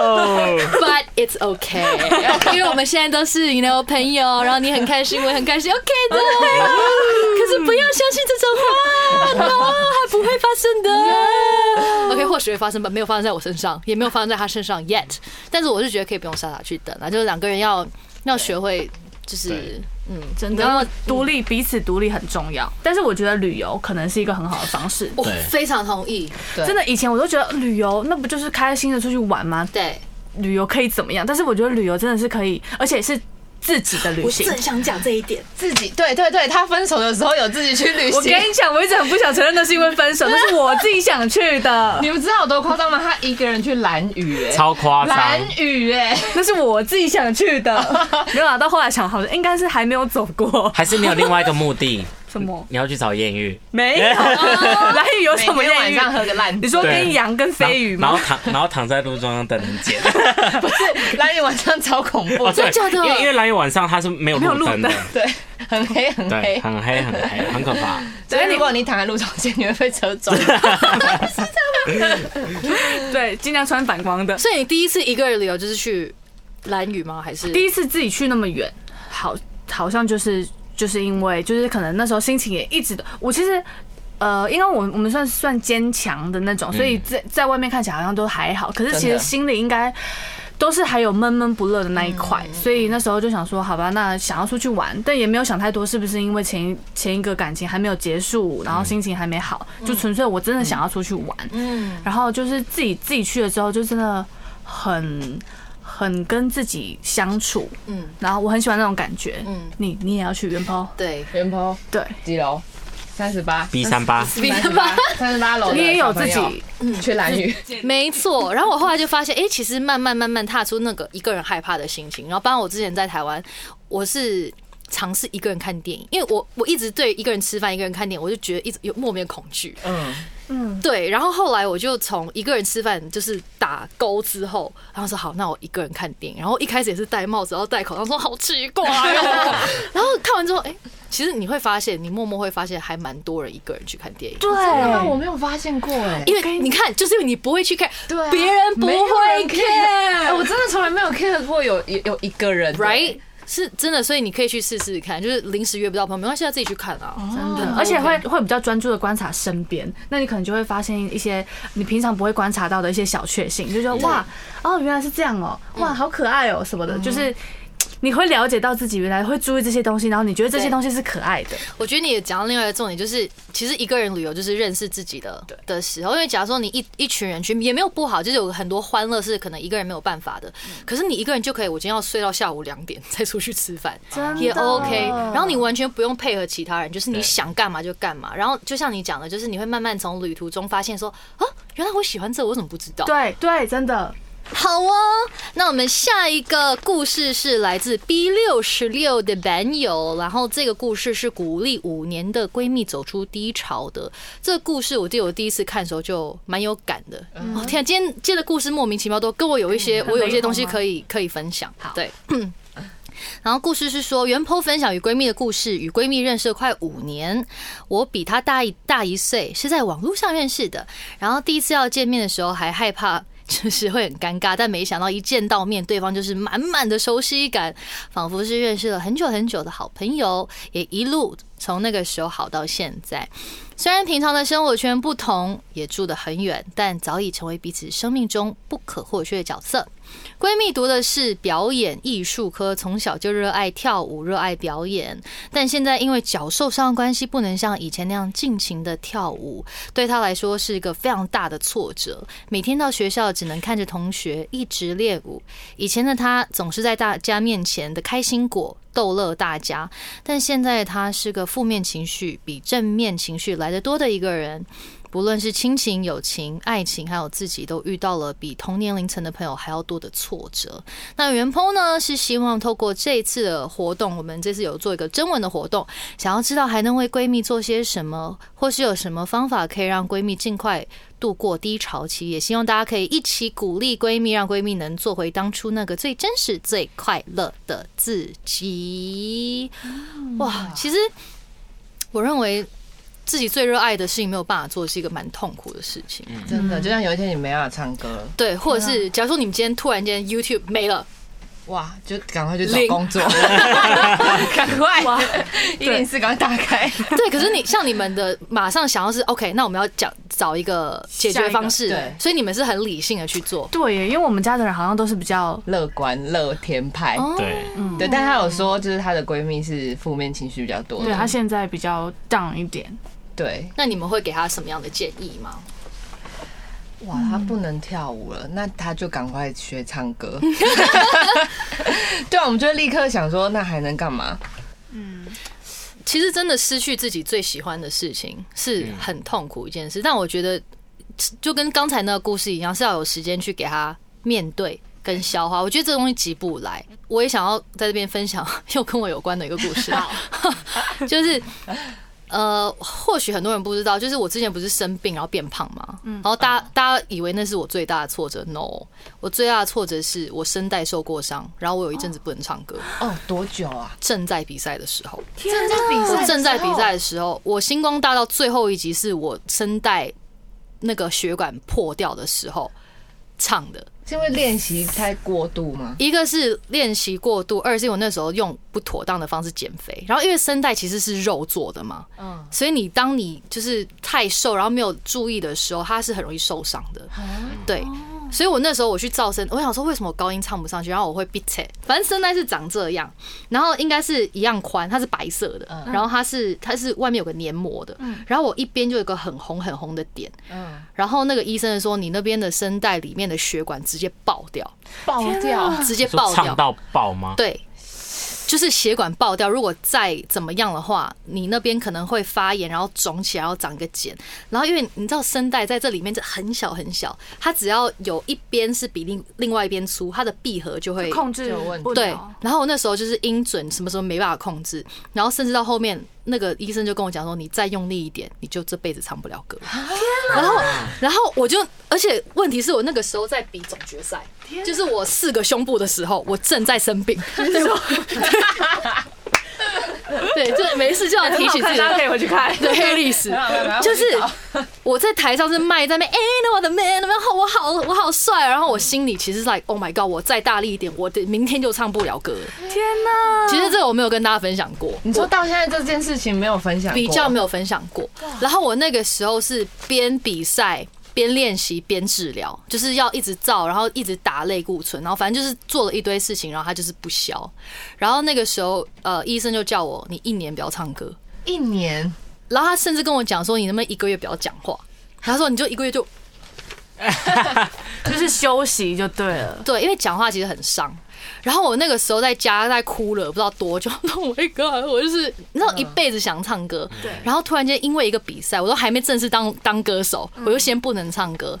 [SPEAKER 3] 哦，
[SPEAKER 2] ，But it's okay，因为我们现在都是你的朋友，然后你很开心，我也很开心，OK 的。可是不要相信这种话，No，还不会发生的。OK，或许会发生吧，没有发生在我身上，也没有发生在他身上 yet。但是我是觉得可以不用傻傻去等啊，就是两个人要要学会，就是
[SPEAKER 3] 对
[SPEAKER 2] 嗯，
[SPEAKER 4] 真的，要独立彼此独立很重要。但是我觉得旅游可能是一个很好的方式。
[SPEAKER 2] 我
[SPEAKER 3] 对
[SPEAKER 2] 非常同意，
[SPEAKER 1] 对
[SPEAKER 4] 真的，以前我都觉得旅游那不就是开心的出去玩吗？
[SPEAKER 2] 对。
[SPEAKER 4] 旅游可以怎么样？但是我觉得旅游真的是可以，而且是自己的旅行。
[SPEAKER 2] 想讲这一点，
[SPEAKER 1] 自己对对对，他分手的时候有自己去旅
[SPEAKER 4] 我跟
[SPEAKER 1] 行。
[SPEAKER 4] 你讲，我一直很不想承认那是因为分 手，那是我自己想去的，
[SPEAKER 1] 你们知道有多夸张吗？他一个人去蓝雨、欸，
[SPEAKER 3] 超夸张，
[SPEAKER 1] 蓝雨哎、
[SPEAKER 4] 那是我自己想去的。没有啊，到后来想，好像应该是还没有走过
[SPEAKER 3] 还是你有另外一个目的？
[SPEAKER 4] 什么，
[SPEAKER 3] 你要去找艳遇？
[SPEAKER 4] 没 有。蓝雨有
[SPEAKER 1] 每
[SPEAKER 4] 什么
[SPEAKER 1] 天
[SPEAKER 4] 艳
[SPEAKER 1] 晚
[SPEAKER 4] 遇？
[SPEAKER 1] 上喝个烂，
[SPEAKER 4] 你说跟
[SPEAKER 3] 对
[SPEAKER 4] 羊跟飞鱼
[SPEAKER 3] 然后
[SPEAKER 4] 吗？
[SPEAKER 3] 躺，然后躺在路中央等人捡。
[SPEAKER 1] 不是蓝雨晚上超恐怖
[SPEAKER 3] 哦，对
[SPEAKER 2] 真假的
[SPEAKER 3] 因为因为蓝雨晚上它是没有
[SPEAKER 4] 没有路
[SPEAKER 3] 灯的，
[SPEAKER 4] 灯
[SPEAKER 1] 对，很黑很
[SPEAKER 3] 对，
[SPEAKER 1] 黑。
[SPEAKER 3] 很黑很黑，很可怕。
[SPEAKER 1] 所以如果你躺在路中间，你会被车撞。
[SPEAKER 4] 对，尽量穿反光的。
[SPEAKER 2] 所以你第一次一个人旅游就是去蓝屿吗？还是
[SPEAKER 4] 第一次自己去那么远，好，好像就是就是因为就是可能那时候心情也一直的，我其实。呃，因为我我们算算坚强的那种，所以在在外面看起来好像都还好，可是
[SPEAKER 1] 真
[SPEAKER 4] 其实
[SPEAKER 1] 的
[SPEAKER 4] 心里应该都是还有闷闷不乐的那一块，所以那时候就想说，好吧，那想要出去玩，但也没有想太多，是不是因为前一前一个感情还没有结束，然后心情还没好，就纯粹我真的想要出去玩，
[SPEAKER 2] 嗯，
[SPEAKER 4] 然后就是自己自己去了之后，就真的很很跟自己相处，
[SPEAKER 2] 嗯
[SPEAKER 4] 嗯，然后我很喜欢那种感觉，
[SPEAKER 2] 嗯
[SPEAKER 4] 嗯，你你也要去元抛，
[SPEAKER 2] 对，
[SPEAKER 1] 元抛
[SPEAKER 4] 对，
[SPEAKER 1] 几楼？三十八，
[SPEAKER 3] B 三八，
[SPEAKER 2] 比他吧，
[SPEAKER 1] 三十八楼。
[SPEAKER 4] 你也有自己，
[SPEAKER 1] 去蓝雨，
[SPEAKER 2] 没错。然后我后来就发现，哎、其实慢慢慢慢踏出那个一个人害怕的心情。然后，包括我之前在台湾，我是。尝试一个人看电影，因为我我一直对一个人吃饭、一个人看电影，我就觉得一直有莫名的恐惧。
[SPEAKER 1] 嗯，
[SPEAKER 2] 对，然后后来我就从一个人吃饭就是打勾之后，然后说好，那我一个人看电影。然后一开始也是戴帽子，然后戴口罩，说好奇怪 哦。然后看完之后，哎、其实你会发现，你默默会发现还蛮多人一个人去看电影。
[SPEAKER 4] 对，
[SPEAKER 1] 我没有发现过哎、
[SPEAKER 2] 因为你看，就是因为你不会去看，
[SPEAKER 1] 对啊
[SPEAKER 2] 别人不
[SPEAKER 1] 没有
[SPEAKER 2] 会
[SPEAKER 1] 人 care，哎
[SPEAKER 2] care，
[SPEAKER 1] 我真的从来没有 care 过有有有一个人的
[SPEAKER 2] right？是真的，所以你可以去试试看，就是临时约不到朋友，没关系，要自己去看啊。
[SPEAKER 4] 真的，嗯而且会会比较专注的观察身边，那你可能就会发现一些你平常不会观察到的一些小确幸，就觉得哇，哦，原来是这样哦，
[SPEAKER 2] 嗯
[SPEAKER 4] 哇，好可爱哦，什么的，就是。你会了解到自己原来会注意这些东西，然后你觉得这些
[SPEAKER 2] 对
[SPEAKER 4] 东西是可爱的，
[SPEAKER 2] 我觉得你也讲到另外一个重点，就是其实一个人旅游就是认识自己的的时候，因为假如说你一一群人去，也没有不好，就是有很多欢乐是可能一个人没有办法的。
[SPEAKER 4] 嗯
[SPEAKER 2] 可是你一个人就可以，我今天要睡到下午两点再出去吃 饭，
[SPEAKER 4] 真的
[SPEAKER 2] 也 OK。然后你完全不用配合其他人，就是你想干嘛就干嘛。然后就像你讲的，就是你会慢慢从旅途中发现说，啊，原来我喜欢这，我怎么不知道？
[SPEAKER 4] 对对，真的，
[SPEAKER 2] 好哦，那我们下一个故事是来自 B 六十六的版友，然后这个故事是鼓励五年的闺蜜走出低潮的。这个故事我记得我第一次看的时候就蛮有感的。哦天、啊，今天接的故事莫名其妙都跟我有一些，我有一些东西可以可以分享。好，对。然后故事是说，原 po 分享与闺蜜的故事，与闺蜜认识了快五年，我比她大一大一岁，是在网络上认识的。然后第一次要见面的时候还害怕，就是会很尴尬，但没想到一见到面，对方就是满满的熟悉感，仿佛是认识了很久很久的好朋友，也一路从那个时候好到现在。虽然平常的生活圈不同，也住得很远，但早已成为彼此生命中不可或缺的角色。闺蜜读的是表演艺术科，从小就热爱跳舞，热爱表演，但现在因为脚受伤的关系，不能像以前那样尽情的跳舞，对她来说是一个非常大的挫折。每天到学校只能看着同学一直练舞，以前的她总是在大家面前的开心果。逗乐大家，但现在她是个负面情绪比正面情绪来得多的一个人。不论是亲情、友情、爱情，还有自己，都遇到了比同年龄层的朋友还要多的挫折。那元鹏呢，是希望透过这一次的活动，我们这次有做一个征文的活动，想要知道还能为闺蜜做些什么，或是有什么方法可以让闺蜜尽快度过低潮期。也希望大家可以一起鼓励闺蜜，让闺蜜能做回当初那个最真实、最快乐的自己。哇，其实我认为自己最热爱的事情没有办法做，是一个蛮痛苦的事情。
[SPEAKER 1] 真的，就像有一天你没办法唱歌，
[SPEAKER 2] 对，或者
[SPEAKER 1] 啊
[SPEAKER 2] 是假如说你们今天突然间 YouTube 没了，
[SPEAKER 1] 哇，就赶快去找
[SPEAKER 2] 零
[SPEAKER 1] 工 作，赶快一零四赶快打开，
[SPEAKER 2] 对，可是你像你们的马上想要是 OK，那我们要讲找一个解决方式
[SPEAKER 1] 下一个对，
[SPEAKER 2] 所以你们是很理性的去做。
[SPEAKER 4] 对耶，因为我们家的人好像都是比较
[SPEAKER 1] 乐观乐天派。
[SPEAKER 2] 哦
[SPEAKER 3] 对，
[SPEAKER 1] 对，但她有说，就是她的闺蜜是负面情绪比较
[SPEAKER 2] 嗯
[SPEAKER 1] 多
[SPEAKER 4] 对
[SPEAKER 2] 啊
[SPEAKER 4] 他
[SPEAKER 1] 的，
[SPEAKER 4] 现在比较 down 一点，
[SPEAKER 1] 对，
[SPEAKER 2] 那你们会给他什么样的建议吗？
[SPEAKER 1] 哇，
[SPEAKER 2] 嗯
[SPEAKER 1] 她不能跳舞了，那她就赶快学唱 歌。 对啊，我们就会立刻想说，那还能干嘛？
[SPEAKER 2] 其实真的失去自己最喜欢的事情是很痛苦一件事，但我觉得就跟刚才那个故事一样，是要有时间去给他面对跟消化。我觉得这东西急不来。我也想要在这边分享又跟我有关的一个故事， 就是。呃，或许很多人不知道，就是我之前不是生病然后变胖嘛，然后大家大家以为那是我最大的挫折，no，我最大的挫折是我声带受过伤，然后我有一阵子不能唱歌，
[SPEAKER 1] 哦，多久啊？
[SPEAKER 2] 正在比赛的时候，
[SPEAKER 1] 正在比
[SPEAKER 2] 我哦正在比赛的时候，我星光大道最后一集是我声带那个血管破掉的时候唱的。
[SPEAKER 1] 是因为练习太过度吗？
[SPEAKER 2] 一个是练习过度，二是我那时候用不妥当的方式减肥。然后因为声带其实是肉做的嘛，嗯，所以你当你就是太瘦，然后没有注意的时候，它是很容易受伤的。对，所以我那时候我去噪声，我想说为什么我高音唱不上去，然后我会 b i t 反正声带是长这样，然后应该是一样宽，它是白色的，然后它是它是外面有个黏膜的，然后我一边就有一个很红很红的点，
[SPEAKER 1] 嗯，
[SPEAKER 2] 然后那个医生说你那边的声带里面的血管直接爆掉，
[SPEAKER 4] 哦
[SPEAKER 1] 爆掉，
[SPEAKER 4] 啊
[SPEAKER 2] 直接
[SPEAKER 3] 说
[SPEAKER 2] 爆
[SPEAKER 3] 唱
[SPEAKER 2] 掉，
[SPEAKER 3] 到爆吗？
[SPEAKER 2] 对，就是血管爆掉。如果再怎么样的话，你那边可能会发炎，然后肿起来，然后长个茧。然后因为你知道声带在这里面是很小很小，它只要有一边是比另另外一边粗，它的闭合就会
[SPEAKER 4] 控制
[SPEAKER 1] 有问题
[SPEAKER 4] 不
[SPEAKER 2] 对
[SPEAKER 4] 了，。
[SPEAKER 2] 然后我那时候就是音准什么什么没办法控制，然后甚至到后面那个医生就跟我讲说，你再用力一点，你就这辈子唱不了歌。
[SPEAKER 4] 啊
[SPEAKER 2] 然后，然后我就，而且问题是我那个时候在比总决赛，就是我四个胸部的时候，我正在生 病。 对，就是没事就要提起自己的
[SPEAKER 4] 以回 去看。
[SPEAKER 2] 对黑历 史，就是 我在台上是麦在那边，哎，那我的 man，然后我好我好帅啊，然后我心里其实是 like oh my god，我再大力一点，我的明天就唱不了歌了。
[SPEAKER 4] 天哪！
[SPEAKER 2] 其实这个我没有跟大家分享过，
[SPEAKER 1] 你说到现在这件事情没有分享过，
[SPEAKER 2] 比较没有分享过。然后我那个时候是边比赛边练习边治疗，就是要一直照，然后一直打类固醇，然后反正就是做了一堆事情，然后它就是不消。然后那个时候，呃，医生就叫我你一年不要唱歌，
[SPEAKER 1] 一年，
[SPEAKER 2] 然后他甚至跟我讲说你能不能一个月不要讲话。他说：“你就一个月就
[SPEAKER 4] 就是休息就对了。
[SPEAKER 2] 对，因为讲话其实很伤。然后我那个时候在家在哭了，不知道多久。Oh my god！我就是你知道一辈子想唱歌，对。然后突然间因为一个比赛，我都还没正式当当歌手，我就先不能唱歌。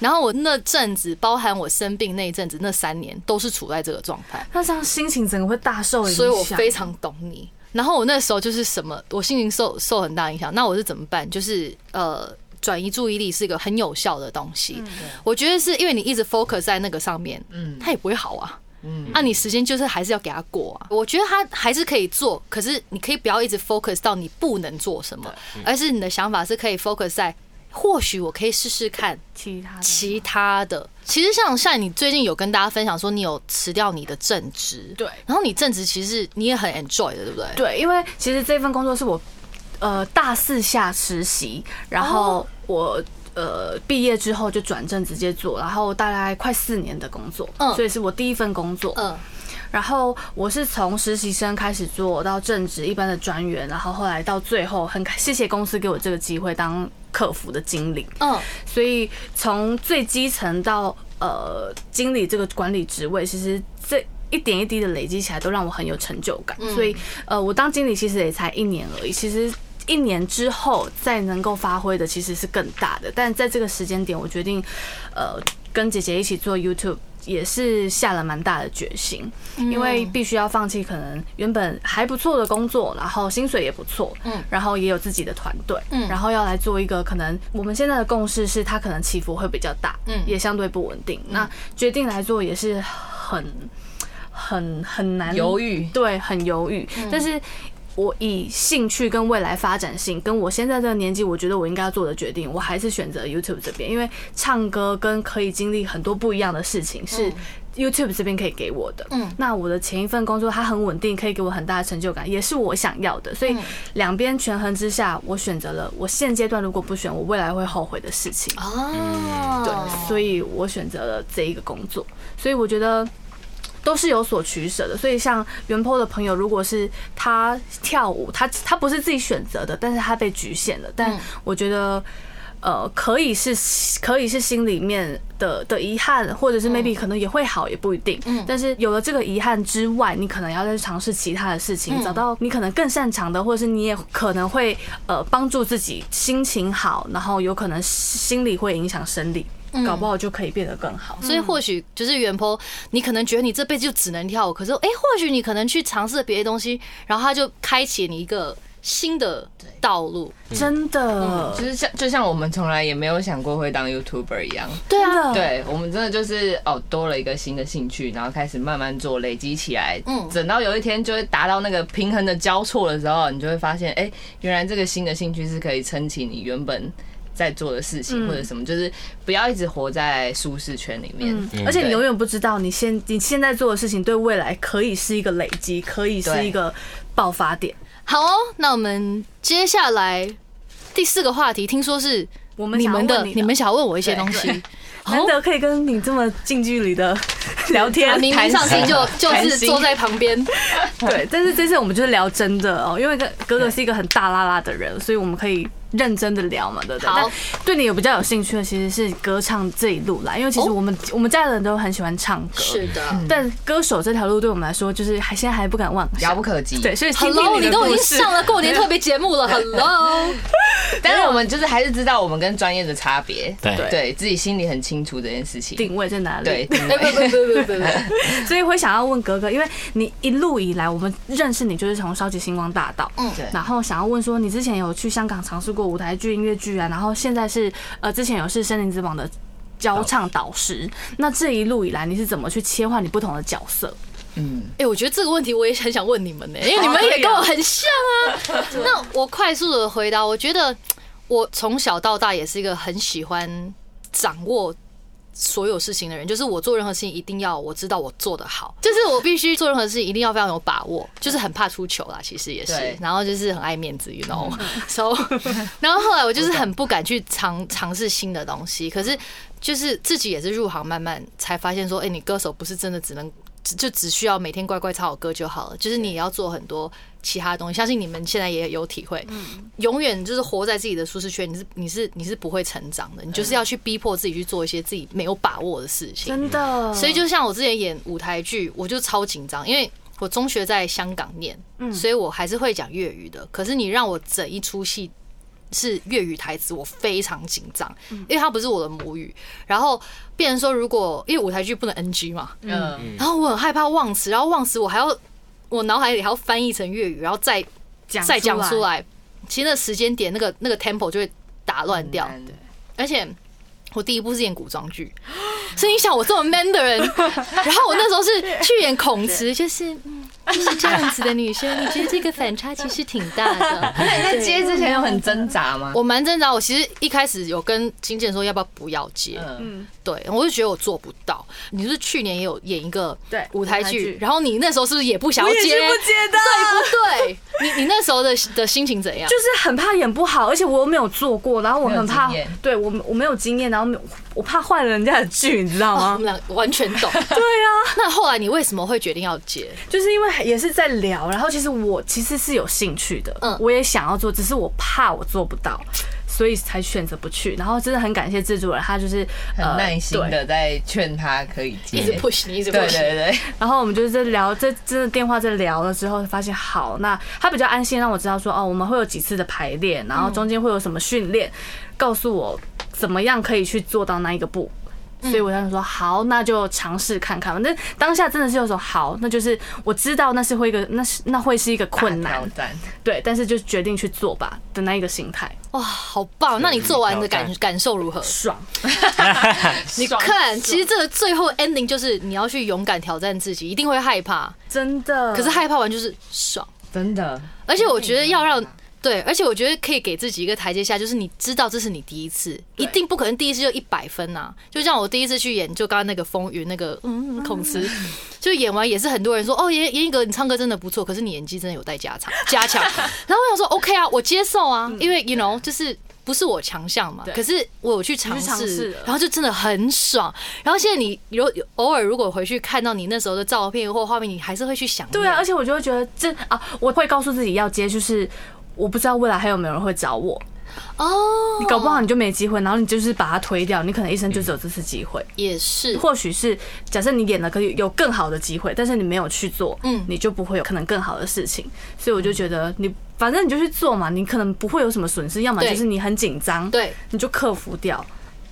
[SPEAKER 2] 然后我那阵子，包含我生病那一阵子，那三年都是处在这个状态。
[SPEAKER 4] 那这样心情整个会大受影响。
[SPEAKER 2] 所以我非常懂你。然后我那时候就是什么，我心情受受很大影响。那我是怎么办？就是呃，转移注意力是一个很有效的东西。
[SPEAKER 4] 嗯
[SPEAKER 2] 我觉得是因为你一直 focus 在那个上面，嗯，它也不会好啊。嗯，那、你时间就是还是要给它过啊。我觉得它还是可以做，可是你可以不要一直 focus 到你不能做什么，
[SPEAKER 4] 嗯
[SPEAKER 2] 而是你的想法是可以 focus 在，或许我可以试试看，
[SPEAKER 4] 其他的
[SPEAKER 2] 其他的，其实像像你最近有跟大家分享说，你有辞掉你的正职，
[SPEAKER 4] 对
[SPEAKER 2] 然后你正职其实你也很 enjoy 的，对不对？
[SPEAKER 4] 对，因为其实这份工作是我呃大四下实习，然
[SPEAKER 2] 哦
[SPEAKER 4] 后我。呃，毕业之后就转正直接做，然后大概快四年的工作，
[SPEAKER 2] 嗯
[SPEAKER 4] 所以是我第一份工作。
[SPEAKER 2] 嗯，
[SPEAKER 4] 然后我是从实习生开始做到正职一般的专员，然后后来到最后很感谢谢公司给我这个机会当客服的经理。
[SPEAKER 2] 嗯，
[SPEAKER 4] 所以从最基层到呃经理这个管理职位，其实这一点一滴的累积起来，都让我很有成就感。所以呃，我当经理其实也才一年而已，其实。一年之后再能够发挥的其实是更大的。但在这个时间点，我决定，呃，跟姐姐一起做 YouTube。也是下了蛮大的决心，因为必须要放弃可能原本还不错的工作，然后薪水也不错，嗯，然后也有自己的团队，嗯，然后要来做一个可能我们现在的共识是它可能起伏会比较大，嗯，也相对不稳定。那决定来做也是很很很难
[SPEAKER 1] 犹豫
[SPEAKER 4] 对，很犹豫。但是我以兴趣跟未来发展性，跟我现在这个年纪，我觉得我应该要做的决定，我还是选择 YouTube 这边，因为唱歌跟可以经历很多不一样的事情是。YouTube 这边可以给我的，嗯，那我的前一份工作它很稳定，可以给我很大的成就感，也是我想要的，所以两边权衡之下，我选择了我现阶段如果不选，我未来会后悔的事情。
[SPEAKER 2] 哦，
[SPEAKER 4] 对，所以我选择了这一个工作，所以我觉得都是有所取舍的。所以像袁坡的朋友，如果是他跳舞，他他不是自己选择的，但是他被局限了。但我觉得。呃，可以是可以是心里面的的遗憾，或者是 maybe 可能也会好，也不一定。嗯，但是有了这个遗憾之外，你可能要再去尝试其他的事情，找到你可能更擅长的，或者是你也可能会呃帮助自己心情好，然后有可能心理会影响生理，搞不好就可以变得更好。
[SPEAKER 2] 所以或许就是原坡，你可能觉得你这辈子就只能跳舞，可是哎、诶或许你可能去尝试别的东西，然后它就开启你一个新的道路。
[SPEAKER 4] 真的，
[SPEAKER 1] 就是像就像我们从来也没有想过会当 YouTuber 一样，
[SPEAKER 4] 对啊，
[SPEAKER 1] 对我们真的就是哦多了一个新的兴趣，然后开始慢慢做，累积起来，
[SPEAKER 2] 嗯
[SPEAKER 1] 嗯，等到有一天就会达到那个平衡的交错的时候，你就会发现，哎、原来这个新的兴趣是可以撑起你原本在做的事情或者什么，就是不要一直活在舒适圈里面。
[SPEAKER 4] 嗯，而且你永远不知道你现你现在做的事情对未来可以是一个累积，可以是
[SPEAKER 1] 对
[SPEAKER 4] 一个爆发点。
[SPEAKER 2] 好哦，那我们接下来第四个话题，听说是
[SPEAKER 4] 我们
[SPEAKER 2] 你
[SPEAKER 4] 想要
[SPEAKER 2] 们的，
[SPEAKER 4] 问你的
[SPEAKER 2] 你们想问我一些东西。
[SPEAKER 4] 难得可以跟你这么近距 离的聊天，
[SPEAKER 2] 啊明明上次就就是坐在旁边，
[SPEAKER 4] 对，但是这次我们就是聊真的哦，因为哥哥哥是一个很大拉拉的人，所以我们可以认真的聊嘛，对不对？
[SPEAKER 2] 好
[SPEAKER 4] 但对你有比较有兴趣的其实是歌唱这一路啦，因为其实
[SPEAKER 2] 哦嗯
[SPEAKER 4] 我们我们家人都很喜欢唱歌，
[SPEAKER 2] 是的。
[SPEAKER 4] 但歌手这条路对我们来说就是还现在还不敢妄
[SPEAKER 1] 遥
[SPEAKER 4] 想，
[SPEAKER 1] 不可及，
[SPEAKER 4] 对，所以听听
[SPEAKER 2] Hello，你
[SPEAKER 4] 的
[SPEAKER 2] 都已
[SPEAKER 4] 故
[SPEAKER 2] 经
[SPEAKER 4] 事
[SPEAKER 2] 上了过年特别节目了。Hello，
[SPEAKER 1] 但是我们就是还是知道我们跟专业的差别，
[SPEAKER 3] 对
[SPEAKER 1] 对自己心里很清楚这件事情，
[SPEAKER 4] 定位在哪里？
[SPEAKER 1] 对，定
[SPEAKER 2] 哎
[SPEAKER 1] 位
[SPEAKER 2] 不不不不不不，
[SPEAKER 4] 所以会想要问格格，因为你一路以来我们认识你就是从超级星光大道，
[SPEAKER 2] 嗯
[SPEAKER 1] 对
[SPEAKER 4] 然后想要问说你之前有去香港尝试过舞台剧、音乐剧啊，然后现在是呃之前有是森林之王的教唱导师，那这一路以来你是怎么去切换你不同的角色？
[SPEAKER 2] 哎，我觉得这个问题我也很想问你们呢，因为你们也跟我很像啊。 那我快速的回答，我觉得我从小到大也是一个很喜欢掌握所有事情的人，就是我做任何事情一定要我知道我做得好，就是我必须做任何事情一定要非常有把握，就是很怕出糗啦，其实也是
[SPEAKER 1] 对，
[SPEAKER 2] 然后就是很爱面子，you know，so，然后后来我就是很不敢去尝尝试新的东西，可是就是自己也是入行慢慢才发现说，哎，你歌手不是真的只能。只就只需要每天乖乖唱好歌就好了，就是你也要做很多其他东西。相信你们现在也有体会，
[SPEAKER 4] 嗯
[SPEAKER 2] 永远就是活在自己的舒适圈，你是你是你是不会成长的，你就是要去逼迫自己去做一些自己没有把握的事情。
[SPEAKER 4] 嗯真的，
[SPEAKER 2] 所以就像我之前演舞台剧，我就超紧张，因为我中学在香港念，
[SPEAKER 4] 嗯
[SPEAKER 2] 所以我还是会讲粤语的。可是你让我整一出戏是粤语台词，我非常紧张，
[SPEAKER 4] 嗯
[SPEAKER 2] 因为它不是我的母语。然后变成说，如果因为舞台剧不能 NG 嘛，
[SPEAKER 1] 嗯，
[SPEAKER 2] 然后我很害怕忘词，然后忘词我还要我脑海里还要翻译成粤语，然后再再讲出，来。其实那时间点，那个那个 tempo 就会打乱掉。
[SPEAKER 1] 很难
[SPEAKER 2] 而且我第一部是演古装剧， 所以你想我这么 man 的 人，然后我那时候是去演孔慈，就是嗯，就是这样子的女生，你觉得这个反差其实挺大 的。
[SPEAKER 1] 那你在接之前有很挣扎吗？
[SPEAKER 2] 我蛮挣扎，我其实一开始有跟经纪人说要不要不要接，
[SPEAKER 1] 嗯，
[SPEAKER 2] 对我就觉得我做不到。你是不是去年也有演一个
[SPEAKER 4] 对
[SPEAKER 2] 舞台
[SPEAKER 4] 舞台
[SPEAKER 2] 剧
[SPEAKER 4] 剧，
[SPEAKER 2] 然后你那时候是不是 也不想要接？啊
[SPEAKER 4] 的，
[SPEAKER 2] 对不对？你你那时候的的心情怎样？
[SPEAKER 4] 就是很怕演不好，而且我又没有做过，然后我
[SPEAKER 1] 没有
[SPEAKER 4] 很怕
[SPEAKER 1] 经验，
[SPEAKER 4] 对我我没有经验，然后没有我怕坏了人家的剧，你知
[SPEAKER 2] 哦
[SPEAKER 4] 道
[SPEAKER 2] 我
[SPEAKER 4] 吗
[SPEAKER 2] 们？俩完全懂。
[SPEAKER 4] 对啊，
[SPEAKER 2] 那后来你为什么会决定要接？
[SPEAKER 4] 就是因为也是在聊，然后其实我其实是有兴趣的，
[SPEAKER 2] 嗯
[SPEAKER 4] 我也想要做，只是我怕我做不到，所以才选择不去。然后真的很感谢制作人，他就是呃
[SPEAKER 1] 很耐心
[SPEAKER 4] 嗯对
[SPEAKER 1] 的在劝他可以接
[SPEAKER 2] 一。直 push 你，一直
[SPEAKER 1] 对
[SPEAKER 2] push
[SPEAKER 1] 对
[SPEAKER 2] 你。
[SPEAKER 1] 对，
[SPEAKER 4] 然后我们就是在聊，这真的电话在聊了之后，发现好，那他比较安心，让我知道说哦，我们会有几次的排练，然后中间会有什么训练，告诉我怎么样可以去做到那一个步。
[SPEAKER 1] 嗯
[SPEAKER 4] 所以我想说，好，那就尝试看看吧。但当下真的是有种好，那就是我知道那是会一个，那是那会是一个困
[SPEAKER 1] 大
[SPEAKER 4] 难
[SPEAKER 1] 挑，战。
[SPEAKER 4] 对，但是就决定去做吧的那一个心态，
[SPEAKER 2] 哇，好棒！那你做完的感感受如何？
[SPEAKER 4] 爽。
[SPEAKER 2] 你看，其实这个最后 ending 就是你要去勇敢挑战自己，一定会害怕，
[SPEAKER 4] 真的，
[SPEAKER 2] 可是害怕完就是爽。
[SPEAKER 1] 真的，
[SPEAKER 2] 而且我觉得要让
[SPEAKER 4] 啊
[SPEAKER 2] 对，而且我觉得可以给自己一个台阶下，就是你知道这是你第一次，一定不可能第一次就一百分呐、就像我第一次去演，就刚刚那个风云那个嗯孔慈，就演完也是很多人说哦严严一格你唱歌真的不错，可是你演技真的有待 加强加强。然后我想说 OK 啊，我接受啊，因为 you know 就是。不是我强项嘛，
[SPEAKER 4] 嗯对
[SPEAKER 2] 可是我有去尝
[SPEAKER 4] 你去尝试
[SPEAKER 2] 试
[SPEAKER 4] 了，
[SPEAKER 2] 然后就真的很爽。然后现在你有有偶尔如果回去看到你那时候的照片或画面，你还是会去想念。
[SPEAKER 4] 对啊，而且我就会觉得这啊，我会告诉自己要接，就是我不知道未来还有没有人会找我，
[SPEAKER 2] 哦，
[SPEAKER 4] 你搞不好你就没机会，然后你就是把它推掉，你可能一生就只有这次机会。
[SPEAKER 2] 也是，
[SPEAKER 4] 或许是假设你演了可以有更好的机会，但是你没有去做，
[SPEAKER 2] 嗯
[SPEAKER 4] 嗯，你就不会有可能更好的事情。所以我就觉得你反正你就去做嘛，你可能不会有什么损失，要么
[SPEAKER 2] 对
[SPEAKER 4] 就是你很紧张，，
[SPEAKER 2] 对，
[SPEAKER 4] 你就克服掉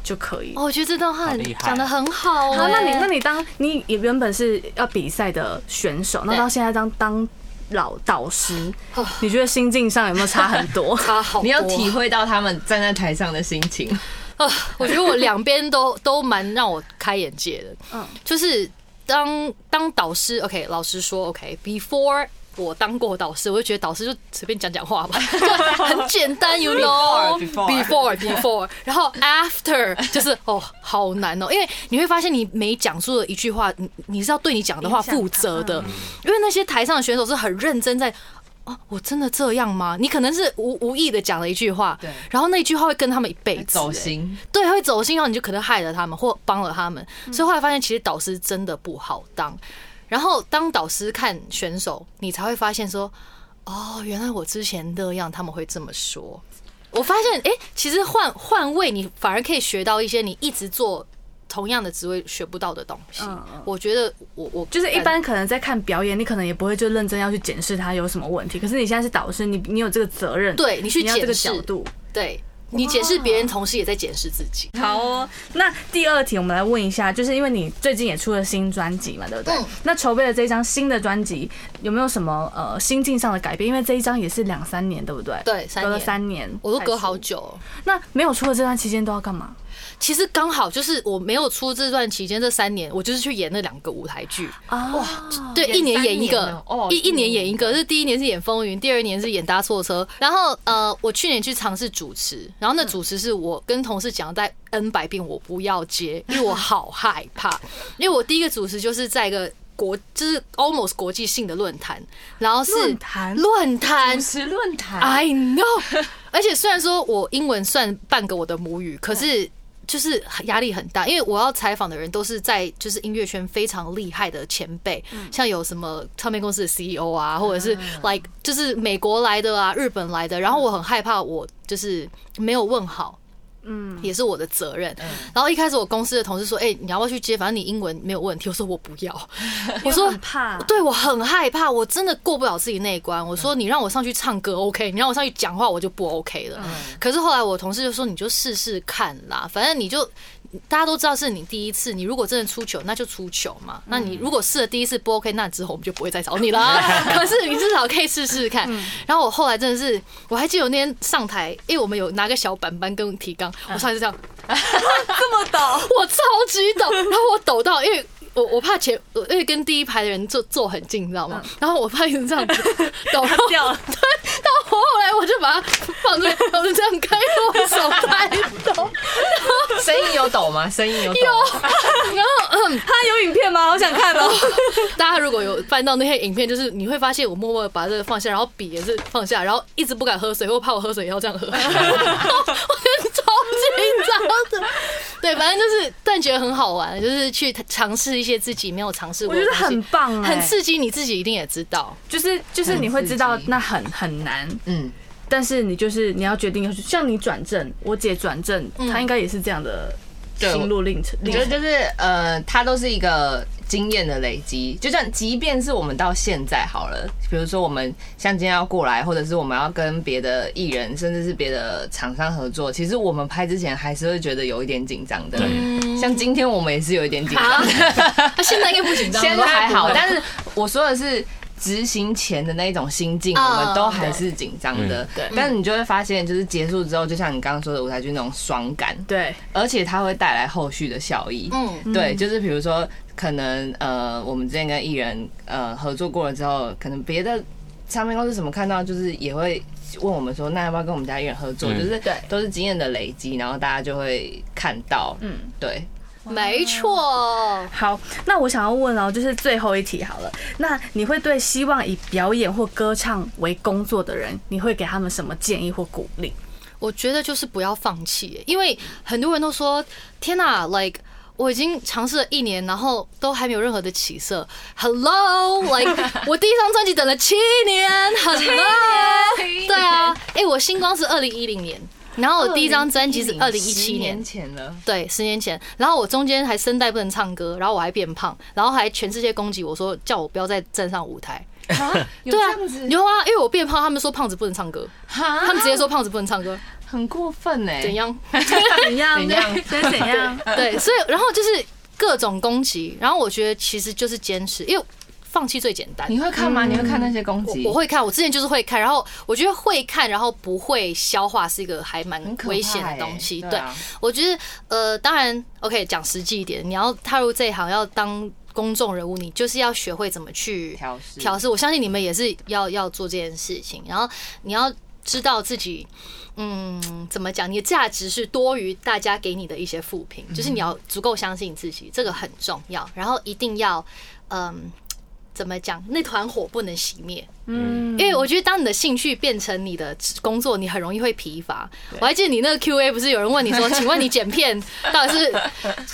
[SPEAKER 4] 就可以。
[SPEAKER 2] 哦，我觉得这段话
[SPEAKER 3] 好
[SPEAKER 2] 很
[SPEAKER 3] 厉害
[SPEAKER 2] 讲的很好
[SPEAKER 4] 好，
[SPEAKER 2] 哎
[SPEAKER 4] 那你那你当你原本是要比赛的选手，那
[SPEAKER 2] 对
[SPEAKER 4] 到现在当当老导师
[SPEAKER 2] 哦，
[SPEAKER 4] 你觉得心境上有没有差很
[SPEAKER 2] ？
[SPEAKER 4] 多
[SPEAKER 2] 差好多，
[SPEAKER 1] 你要体会到他们站在台上的心情。
[SPEAKER 2] 啊！ 我觉得我两边都都蛮让我开眼界的，嗯，就是当当导师，OK，老师说 OK，before。我当过导师，我就觉得导师就随便讲讲话 吧，就很简单，you know before before，然后 after 就是哦，好难哦，因为你会发现你每讲出的一句话，你你是要对你讲的话负责的，因为那些台上的选手是很认真在。哦，我真的这样吗？你可能是无无意的讲了一句话，
[SPEAKER 1] 对
[SPEAKER 2] 然后那一句话会跟他们一辈子、
[SPEAKER 1] 走
[SPEAKER 2] 欸
[SPEAKER 1] 心，
[SPEAKER 2] 对，会走心，然后你就可能害了他们或帮了他们。
[SPEAKER 4] 嗯
[SPEAKER 2] 所以后来发现，其实导师真的不好当。然后当导师看选手，你才会发现说，哦，原来我之前那样，他们会这么说。我发现，哎、其实换换位，你反而可以学到一些你一直做同样的职位学不到的东西。
[SPEAKER 4] 嗯嗯
[SPEAKER 2] 我觉得我我
[SPEAKER 4] 就是一般可能在看表演，你可能也不会就认真要去检视它有什么问题。可是你现在是导师，你你有这个责任，
[SPEAKER 2] 对你去
[SPEAKER 4] 你要这个
[SPEAKER 2] 检视
[SPEAKER 4] 角度。
[SPEAKER 2] 对你解释别人，同时也在解释自己。
[SPEAKER 4] 好哦，那第二题我们来问一下，就是因为你最近也出了新专辑嘛，对不对？
[SPEAKER 2] 嗯
[SPEAKER 4] 那筹备了这一张新的专辑，有没有什么呃心境上的改变？因为这一张也是两三年，对不对？
[SPEAKER 2] 对三
[SPEAKER 4] 隔了
[SPEAKER 2] 年
[SPEAKER 4] 三年，
[SPEAKER 2] 我都隔好
[SPEAKER 4] 才出。
[SPEAKER 2] 久、哦。
[SPEAKER 4] 那没有出的这段期间都要干嘛？
[SPEAKER 2] 其实刚好就是我没有出这段期间，这三年我就是去演那两个舞台剧，
[SPEAKER 4] 啊，哇，
[SPEAKER 2] 对，
[SPEAKER 1] 演
[SPEAKER 2] 一年演
[SPEAKER 1] 三
[SPEAKER 2] 一
[SPEAKER 1] 年
[SPEAKER 2] 个
[SPEAKER 1] 了哦，
[SPEAKER 2] 一一年演一个。是第一年是演《风云》，第二年是演《搭错车》，然后呃，我去年去尝试主持，
[SPEAKER 1] 嗯
[SPEAKER 2] 然后那主持是我跟同事讲在 N 百遍我不要接，因为 我好害怕，因为我第一个主持就是在一个。国就是 almost 国际性的论坛，然后是
[SPEAKER 4] 论坛
[SPEAKER 2] 论坛
[SPEAKER 1] 主持论坛，
[SPEAKER 2] I know 。 而且虽然说我英文算半个我的母语，可是就是压力很大，因为我要采访的人都是在就是音乐圈非常厉害的前辈，像有什么唱片公司的 CEO 啊，或者是 like 就是美国来的啊，日本来的。然后我很害怕我就是没有问好。嗯，也是我的责任。然后一开始我公司的同事说：“哎、你要不要去接？反正你英文没有问题。”我说：“我不要。”我说：“
[SPEAKER 4] 很怕。
[SPEAKER 2] 对我很害怕，我真的过不了自己那一关。我说你让我上去唱歌 OK，你让我上去讲话我就不 OK 了。可是后来我同事就说你就试试看啦，反正你就大家都知道是你第一次，你如果真的出糗那就出糗嘛。那你如果试了第一次不 OK，那之后我们就不会再找你啦。可是你至少可以试试看。然后我后来真的是，我还记得我那天上台，因为我们有拿个小板板跟提纲，我上来就这样。
[SPEAKER 4] 这么抖，
[SPEAKER 2] 我超级抖，然后我抖到，因为我我怕前，我因为跟第一排的人坐坐很近，你知道吗？然后我怕一直这样子抖然后
[SPEAKER 4] 嗯 掉了
[SPEAKER 2] 对，到我后来我就把它 放这边，我就这样开我手 拍抖，
[SPEAKER 1] 声音有抖吗？声音有抖吗。
[SPEAKER 2] 有，然后嗯，
[SPEAKER 4] 他有影片吗？好想看哦。
[SPEAKER 2] 大家如果有翻到那些影片，就是你会发现我默默地把这个放下，然后笔也是放下，然后一直不敢喝水，我怕我喝水也要这 样喝，然后我就超紧张的。对，反正就是，但觉得很好玩，就是去尝试一些自己没有尝试
[SPEAKER 4] 我
[SPEAKER 2] 过
[SPEAKER 4] 觉
[SPEAKER 2] 的
[SPEAKER 4] 得
[SPEAKER 2] 东西，
[SPEAKER 4] 很棒、欸哎
[SPEAKER 2] 很刺激，你自己一定也知道。
[SPEAKER 4] 就是就是你会知道
[SPEAKER 1] 很刺激
[SPEAKER 4] 那很很难，
[SPEAKER 1] 嗯，
[SPEAKER 4] 但是你就是你要决定要去，像你转正，我姐转正，她应该也是这样的
[SPEAKER 1] 对
[SPEAKER 4] 心路历程。
[SPEAKER 1] 我
[SPEAKER 4] 历
[SPEAKER 1] 觉得
[SPEAKER 4] 程
[SPEAKER 1] 就是呃，它都是一个经验的累积。就算即便是我们到现在好了，比如说我们像今天要过来，或者是我们要跟别的艺人，甚至是别的厂商合作，其实我们拍之前还是会觉得有一点紧张的。
[SPEAKER 3] 对
[SPEAKER 1] 像今天我们也是有一点紧张的。
[SPEAKER 2] 他啊现在应该不紧张了，
[SPEAKER 1] 现在还好，
[SPEAKER 2] 应该
[SPEAKER 1] 但是我说的是执行前的那一种心境，
[SPEAKER 2] 嗯
[SPEAKER 1] 我们都还是紧张的。
[SPEAKER 4] 对
[SPEAKER 1] 但是你就会发现，就是结束之后，就像你刚刚说的舞台剧那种爽感，
[SPEAKER 4] 对，
[SPEAKER 1] 而且它会带来后续的效益。
[SPEAKER 2] 不会嗯，
[SPEAKER 1] 对，就是比如说，可能呃，我们之前跟艺人呃合作过了之后，可能别的唱片公司什么看到，就是也会问我们说，那要不要跟我们家艺人合作？
[SPEAKER 3] 嗯
[SPEAKER 1] 就是
[SPEAKER 4] 对
[SPEAKER 1] 都是经验的累积，然后大家就会看到。嗯，对，
[SPEAKER 2] 没错。
[SPEAKER 4] 好，那我想要问哦，就是最后一题好了。那你会对希望以表演或歌唱为工作的人，你会给他们什么建议或鼓励？
[SPEAKER 2] 我觉得就是不要放弃，因为很多人都说：“天哪、l i k e 我已经尝试了一年，然后都还没有任何的起色。Hello，like 我第一张专辑等了七年，Hello，对啊，哎、我星光是二零一零年，然后我第一张专辑是二零一七
[SPEAKER 1] 10
[SPEAKER 2] 年
[SPEAKER 1] 年。前 了。
[SPEAKER 2] 对，十年前，然后我中间还声带不能唱歌，然后我还变胖，然后还全世界攻击我说叫我不要再站上舞台。 对啊，有啊，因为我变胖，他们说胖子不能唱歌，
[SPEAKER 1] 啊
[SPEAKER 2] 他们直接说胖子不能唱歌，
[SPEAKER 1] 很过分哎、
[SPEAKER 2] 怎样？
[SPEAKER 4] 怎样？
[SPEAKER 1] 怎样
[SPEAKER 4] 所以 怎样？
[SPEAKER 2] 对，所以然后就是各种攻击，然后我觉得其实就是坚持，因为放弃最简单。
[SPEAKER 1] 你会看吗？你会看那些攻击？
[SPEAKER 2] 我会看，我之前就是会看，然后我觉得会看，然后不会消化是一个还蛮
[SPEAKER 1] 很可怕
[SPEAKER 2] 危险的
[SPEAKER 1] 欸
[SPEAKER 2] 东西。
[SPEAKER 1] 对
[SPEAKER 2] 对
[SPEAKER 1] 啊，
[SPEAKER 2] 我觉得呃，当然 OK，讲实际一点，你要踏入这一行要当公众人物，你就是要学会怎么去
[SPEAKER 1] 调试
[SPEAKER 2] 调试。我相信你们也是要要做这件事情，然后你要知道自己。嗯，怎么讲？你的价值是多于大家给你的一些负评，
[SPEAKER 1] 嗯
[SPEAKER 2] 就是你要足够相信自己，这个很重要。然后一定要，嗯，怎么讲？那团火不能熄灭，
[SPEAKER 4] 嗯，
[SPEAKER 2] 因为我觉得当你的兴趣变成你的工作，你很容易会疲乏。我还记得你那个 Q&A 不是有人问你说，请问你剪片到底是？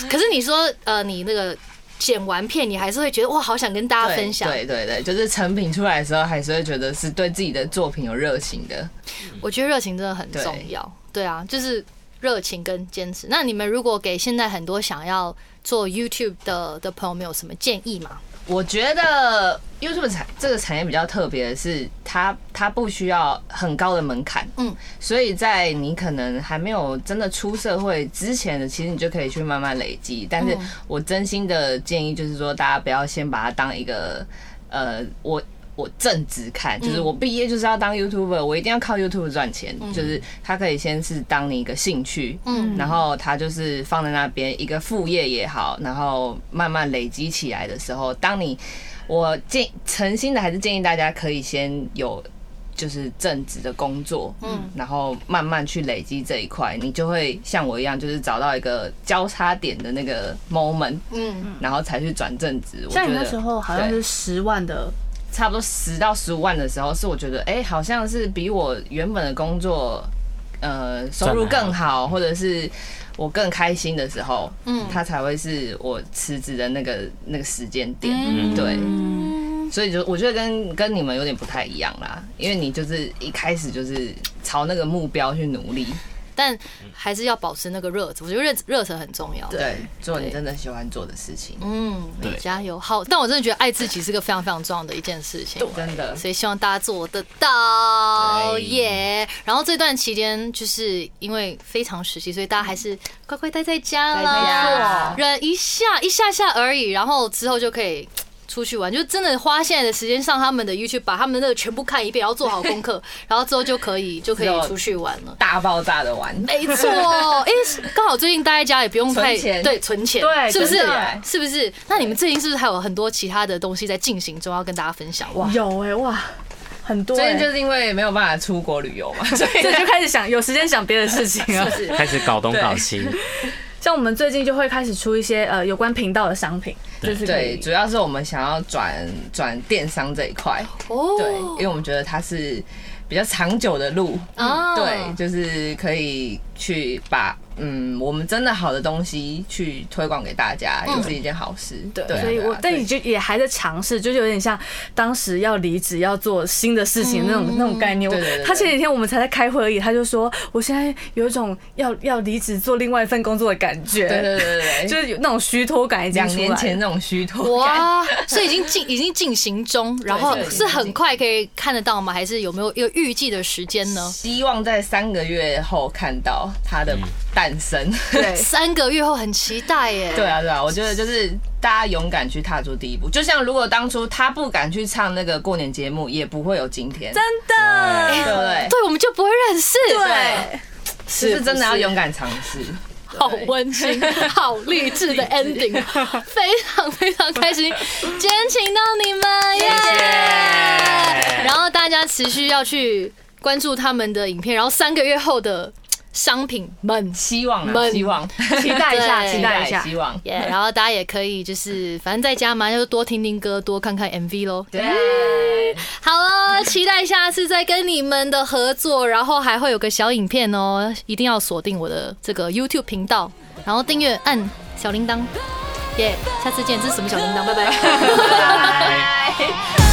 [SPEAKER 2] 可是你说呃，你那个剪完片，你还是会觉得哇，好想跟大家
[SPEAKER 1] 对
[SPEAKER 2] 分享。
[SPEAKER 1] 对对对，就是成品出来的时候，还是会觉得是对自己的作品有热情的。
[SPEAKER 2] 我觉得热情真的很重要。对啊，就是热情跟坚持。那你们如果给现在很多想要做 YouTube 的的朋友们有什么建议吗？
[SPEAKER 1] 我觉得 YouTube 产这个产业比较特别的是，它它不需要很高的门槛，
[SPEAKER 2] 嗯，
[SPEAKER 1] 所以在你可能还没有真的出社会之前的，其实你就可以去慢慢累积。但是我真心的建议就是说，大家不要先把它当一个呃，我我正职看，就是我毕业就是要当 YouTuber，我一定要靠 YouTube 赚钱，就是它可以先是当你一个兴趣，
[SPEAKER 2] 嗯
[SPEAKER 1] 嗯，然后它就是放在那边一个副业也好，然后慢慢累积起来的时候，当你我建诚心的还是建议大家可以先有就是正职的工作，嗯，然后慢慢去累积这一块，你就会像我一样，就是找到一个交叉点的那个 moment，
[SPEAKER 2] 嗯，
[SPEAKER 1] 然后才去转正职。我
[SPEAKER 4] 像你
[SPEAKER 1] 觉
[SPEAKER 4] 那
[SPEAKER 1] 得
[SPEAKER 4] 时候好像
[SPEAKER 1] 对
[SPEAKER 4] 是十万的，
[SPEAKER 1] 差不多十到十五万的时候，是我觉得哎、好像是比我原本的工作，呃，收入更好，或者是我更开心的时候，嗯，它才会是我辞职的那个那个时间点，对。所以就我觉得跟跟你们有点不太一样啦，因为你就是一开始就是朝那个目标去努力，
[SPEAKER 2] 但还是要保持那个热忱，我觉得热热忱很重要。
[SPEAKER 1] 对，做你
[SPEAKER 2] 对
[SPEAKER 1] 真的喜欢做的事情，
[SPEAKER 2] 嗯，
[SPEAKER 3] 对
[SPEAKER 2] 加油！好，但我真的觉得爱自己是个非常非常重要的一件事情，
[SPEAKER 1] 真的。
[SPEAKER 2] 所以希望大家做得到
[SPEAKER 3] 对
[SPEAKER 2] 耶。然后这段期间就是因为非常时期，所以大家还是乖乖待在家
[SPEAKER 1] 待在
[SPEAKER 2] 啦
[SPEAKER 1] 家，
[SPEAKER 2] 忍一下一下下而已，然后之后就可以。出去玩就真的花现在的时间上他们的 YouTube，把他们的那个全部看一遍，然后做好功课，然后之后就可以就可以出去玩了。
[SPEAKER 1] 大爆炸的玩，
[SPEAKER 2] 没错，哎，刚好最近待在家也不用太
[SPEAKER 1] 存钱
[SPEAKER 2] 对存钱，
[SPEAKER 4] 对
[SPEAKER 2] 是不是
[SPEAKER 4] 真的？
[SPEAKER 2] 是不是？那你们最近是不是还有很多其他的东西在进行中要跟大家分享？哇，
[SPEAKER 4] 有哎、哇，很多、
[SPEAKER 1] 最
[SPEAKER 4] 欸。
[SPEAKER 1] 近 就是因为没有办法出国旅游嘛，所以
[SPEAKER 4] 这就开始想有时间想别的事情
[SPEAKER 1] 啊
[SPEAKER 4] 了。
[SPEAKER 3] 开始搞东搞西，
[SPEAKER 4] 像我们最近就会开始出一些呃有关频道的商品，就是可
[SPEAKER 1] 对，
[SPEAKER 4] 以
[SPEAKER 1] 主要是我们想要转转电商这一块，
[SPEAKER 2] 哦
[SPEAKER 1] 对，因为我们觉得它
[SPEAKER 4] 嗯
[SPEAKER 1] 是比较长久的路，
[SPEAKER 2] 啊
[SPEAKER 1] 对，就是可以去把嗯，我们真的好的东西去推广给大家，也是一件好事。对啊，
[SPEAKER 4] 嗯所以我
[SPEAKER 1] 对啊
[SPEAKER 4] 但你就也还在尝试，就是有点像当时要离职要做新的事情那种那种概念。
[SPEAKER 1] 嗯
[SPEAKER 4] 我
[SPEAKER 1] 对对对
[SPEAKER 4] 他前几天我们才在开会而已，他就说我现在有一种要要离职做另外一份工作的感觉，
[SPEAKER 1] 对对对对
[SPEAKER 4] 就
[SPEAKER 1] 对，
[SPEAKER 4] 是有那种虚脱感已经
[SPEAKER 1] 两
[SPEAKER 4] 出来
[SPEAKER 1] 年
[SPEAKER 4] 了
[SPEAKER 1] 前那种虚脱感，
[SPEAKER 2] 哇，所以已经进已经进行中，然后
[SPEAKER 1] 对对
[SPEAKER 2] 是很快可以看得到吗？还是有没有有预计的时间呢？
[SPEAKER 1] 希望在三个月后看到它的诞生。
[SPEAKER 4] 对
[SPEAKER 2] 三个月后很期待耶。
[SPEAKER 1] 对啊，对啊，我觉得就是大家勇敢去踏出第一步。就像如果当初他不敢去唱那个过年节目，也不会有今天，
[SPEAKER 4] 真的
[SPEAKER 1] 对不对？
[SPEAKER 2] 对，我们就不会认识。
[SPEAKER 4] 对。
[SPEAKER 1] 是是真的要勇敢尝试。
[SPEAKER 2] 好温馨、好励志 的 ending，非常非常开心。今天请到你们，耶！然后大家持续要去关注他们的影片，然后三个月后的商品们。
[SPEAKER 1] 希望啊，
[SPEAKER 2] 闷
[SPEAKER 1] 希望，期
[SPEAKER 4] 待
[SPEAKER 2] 一 下期
[SPEAKER 4] 待一下
[SPEAKER 1] 希望。
[SPEAKER 2] 耶 然后大家也可以就是，反正在家嘛，就多听听歌，多看看 MV 喽。
[SPEAKER 1] 对，
[SPEAKER 4] 嗯
[SPEAKER 2] 好 了，期待下次再跟你们的合作，然后还会有个小影片哦，一定要锁定我的这个 YouTube 频道，然后订阅按 小铃铛，耶、下次见，这是什么小铃铛？拜拜。
[SPEAKER 1] 拜拜。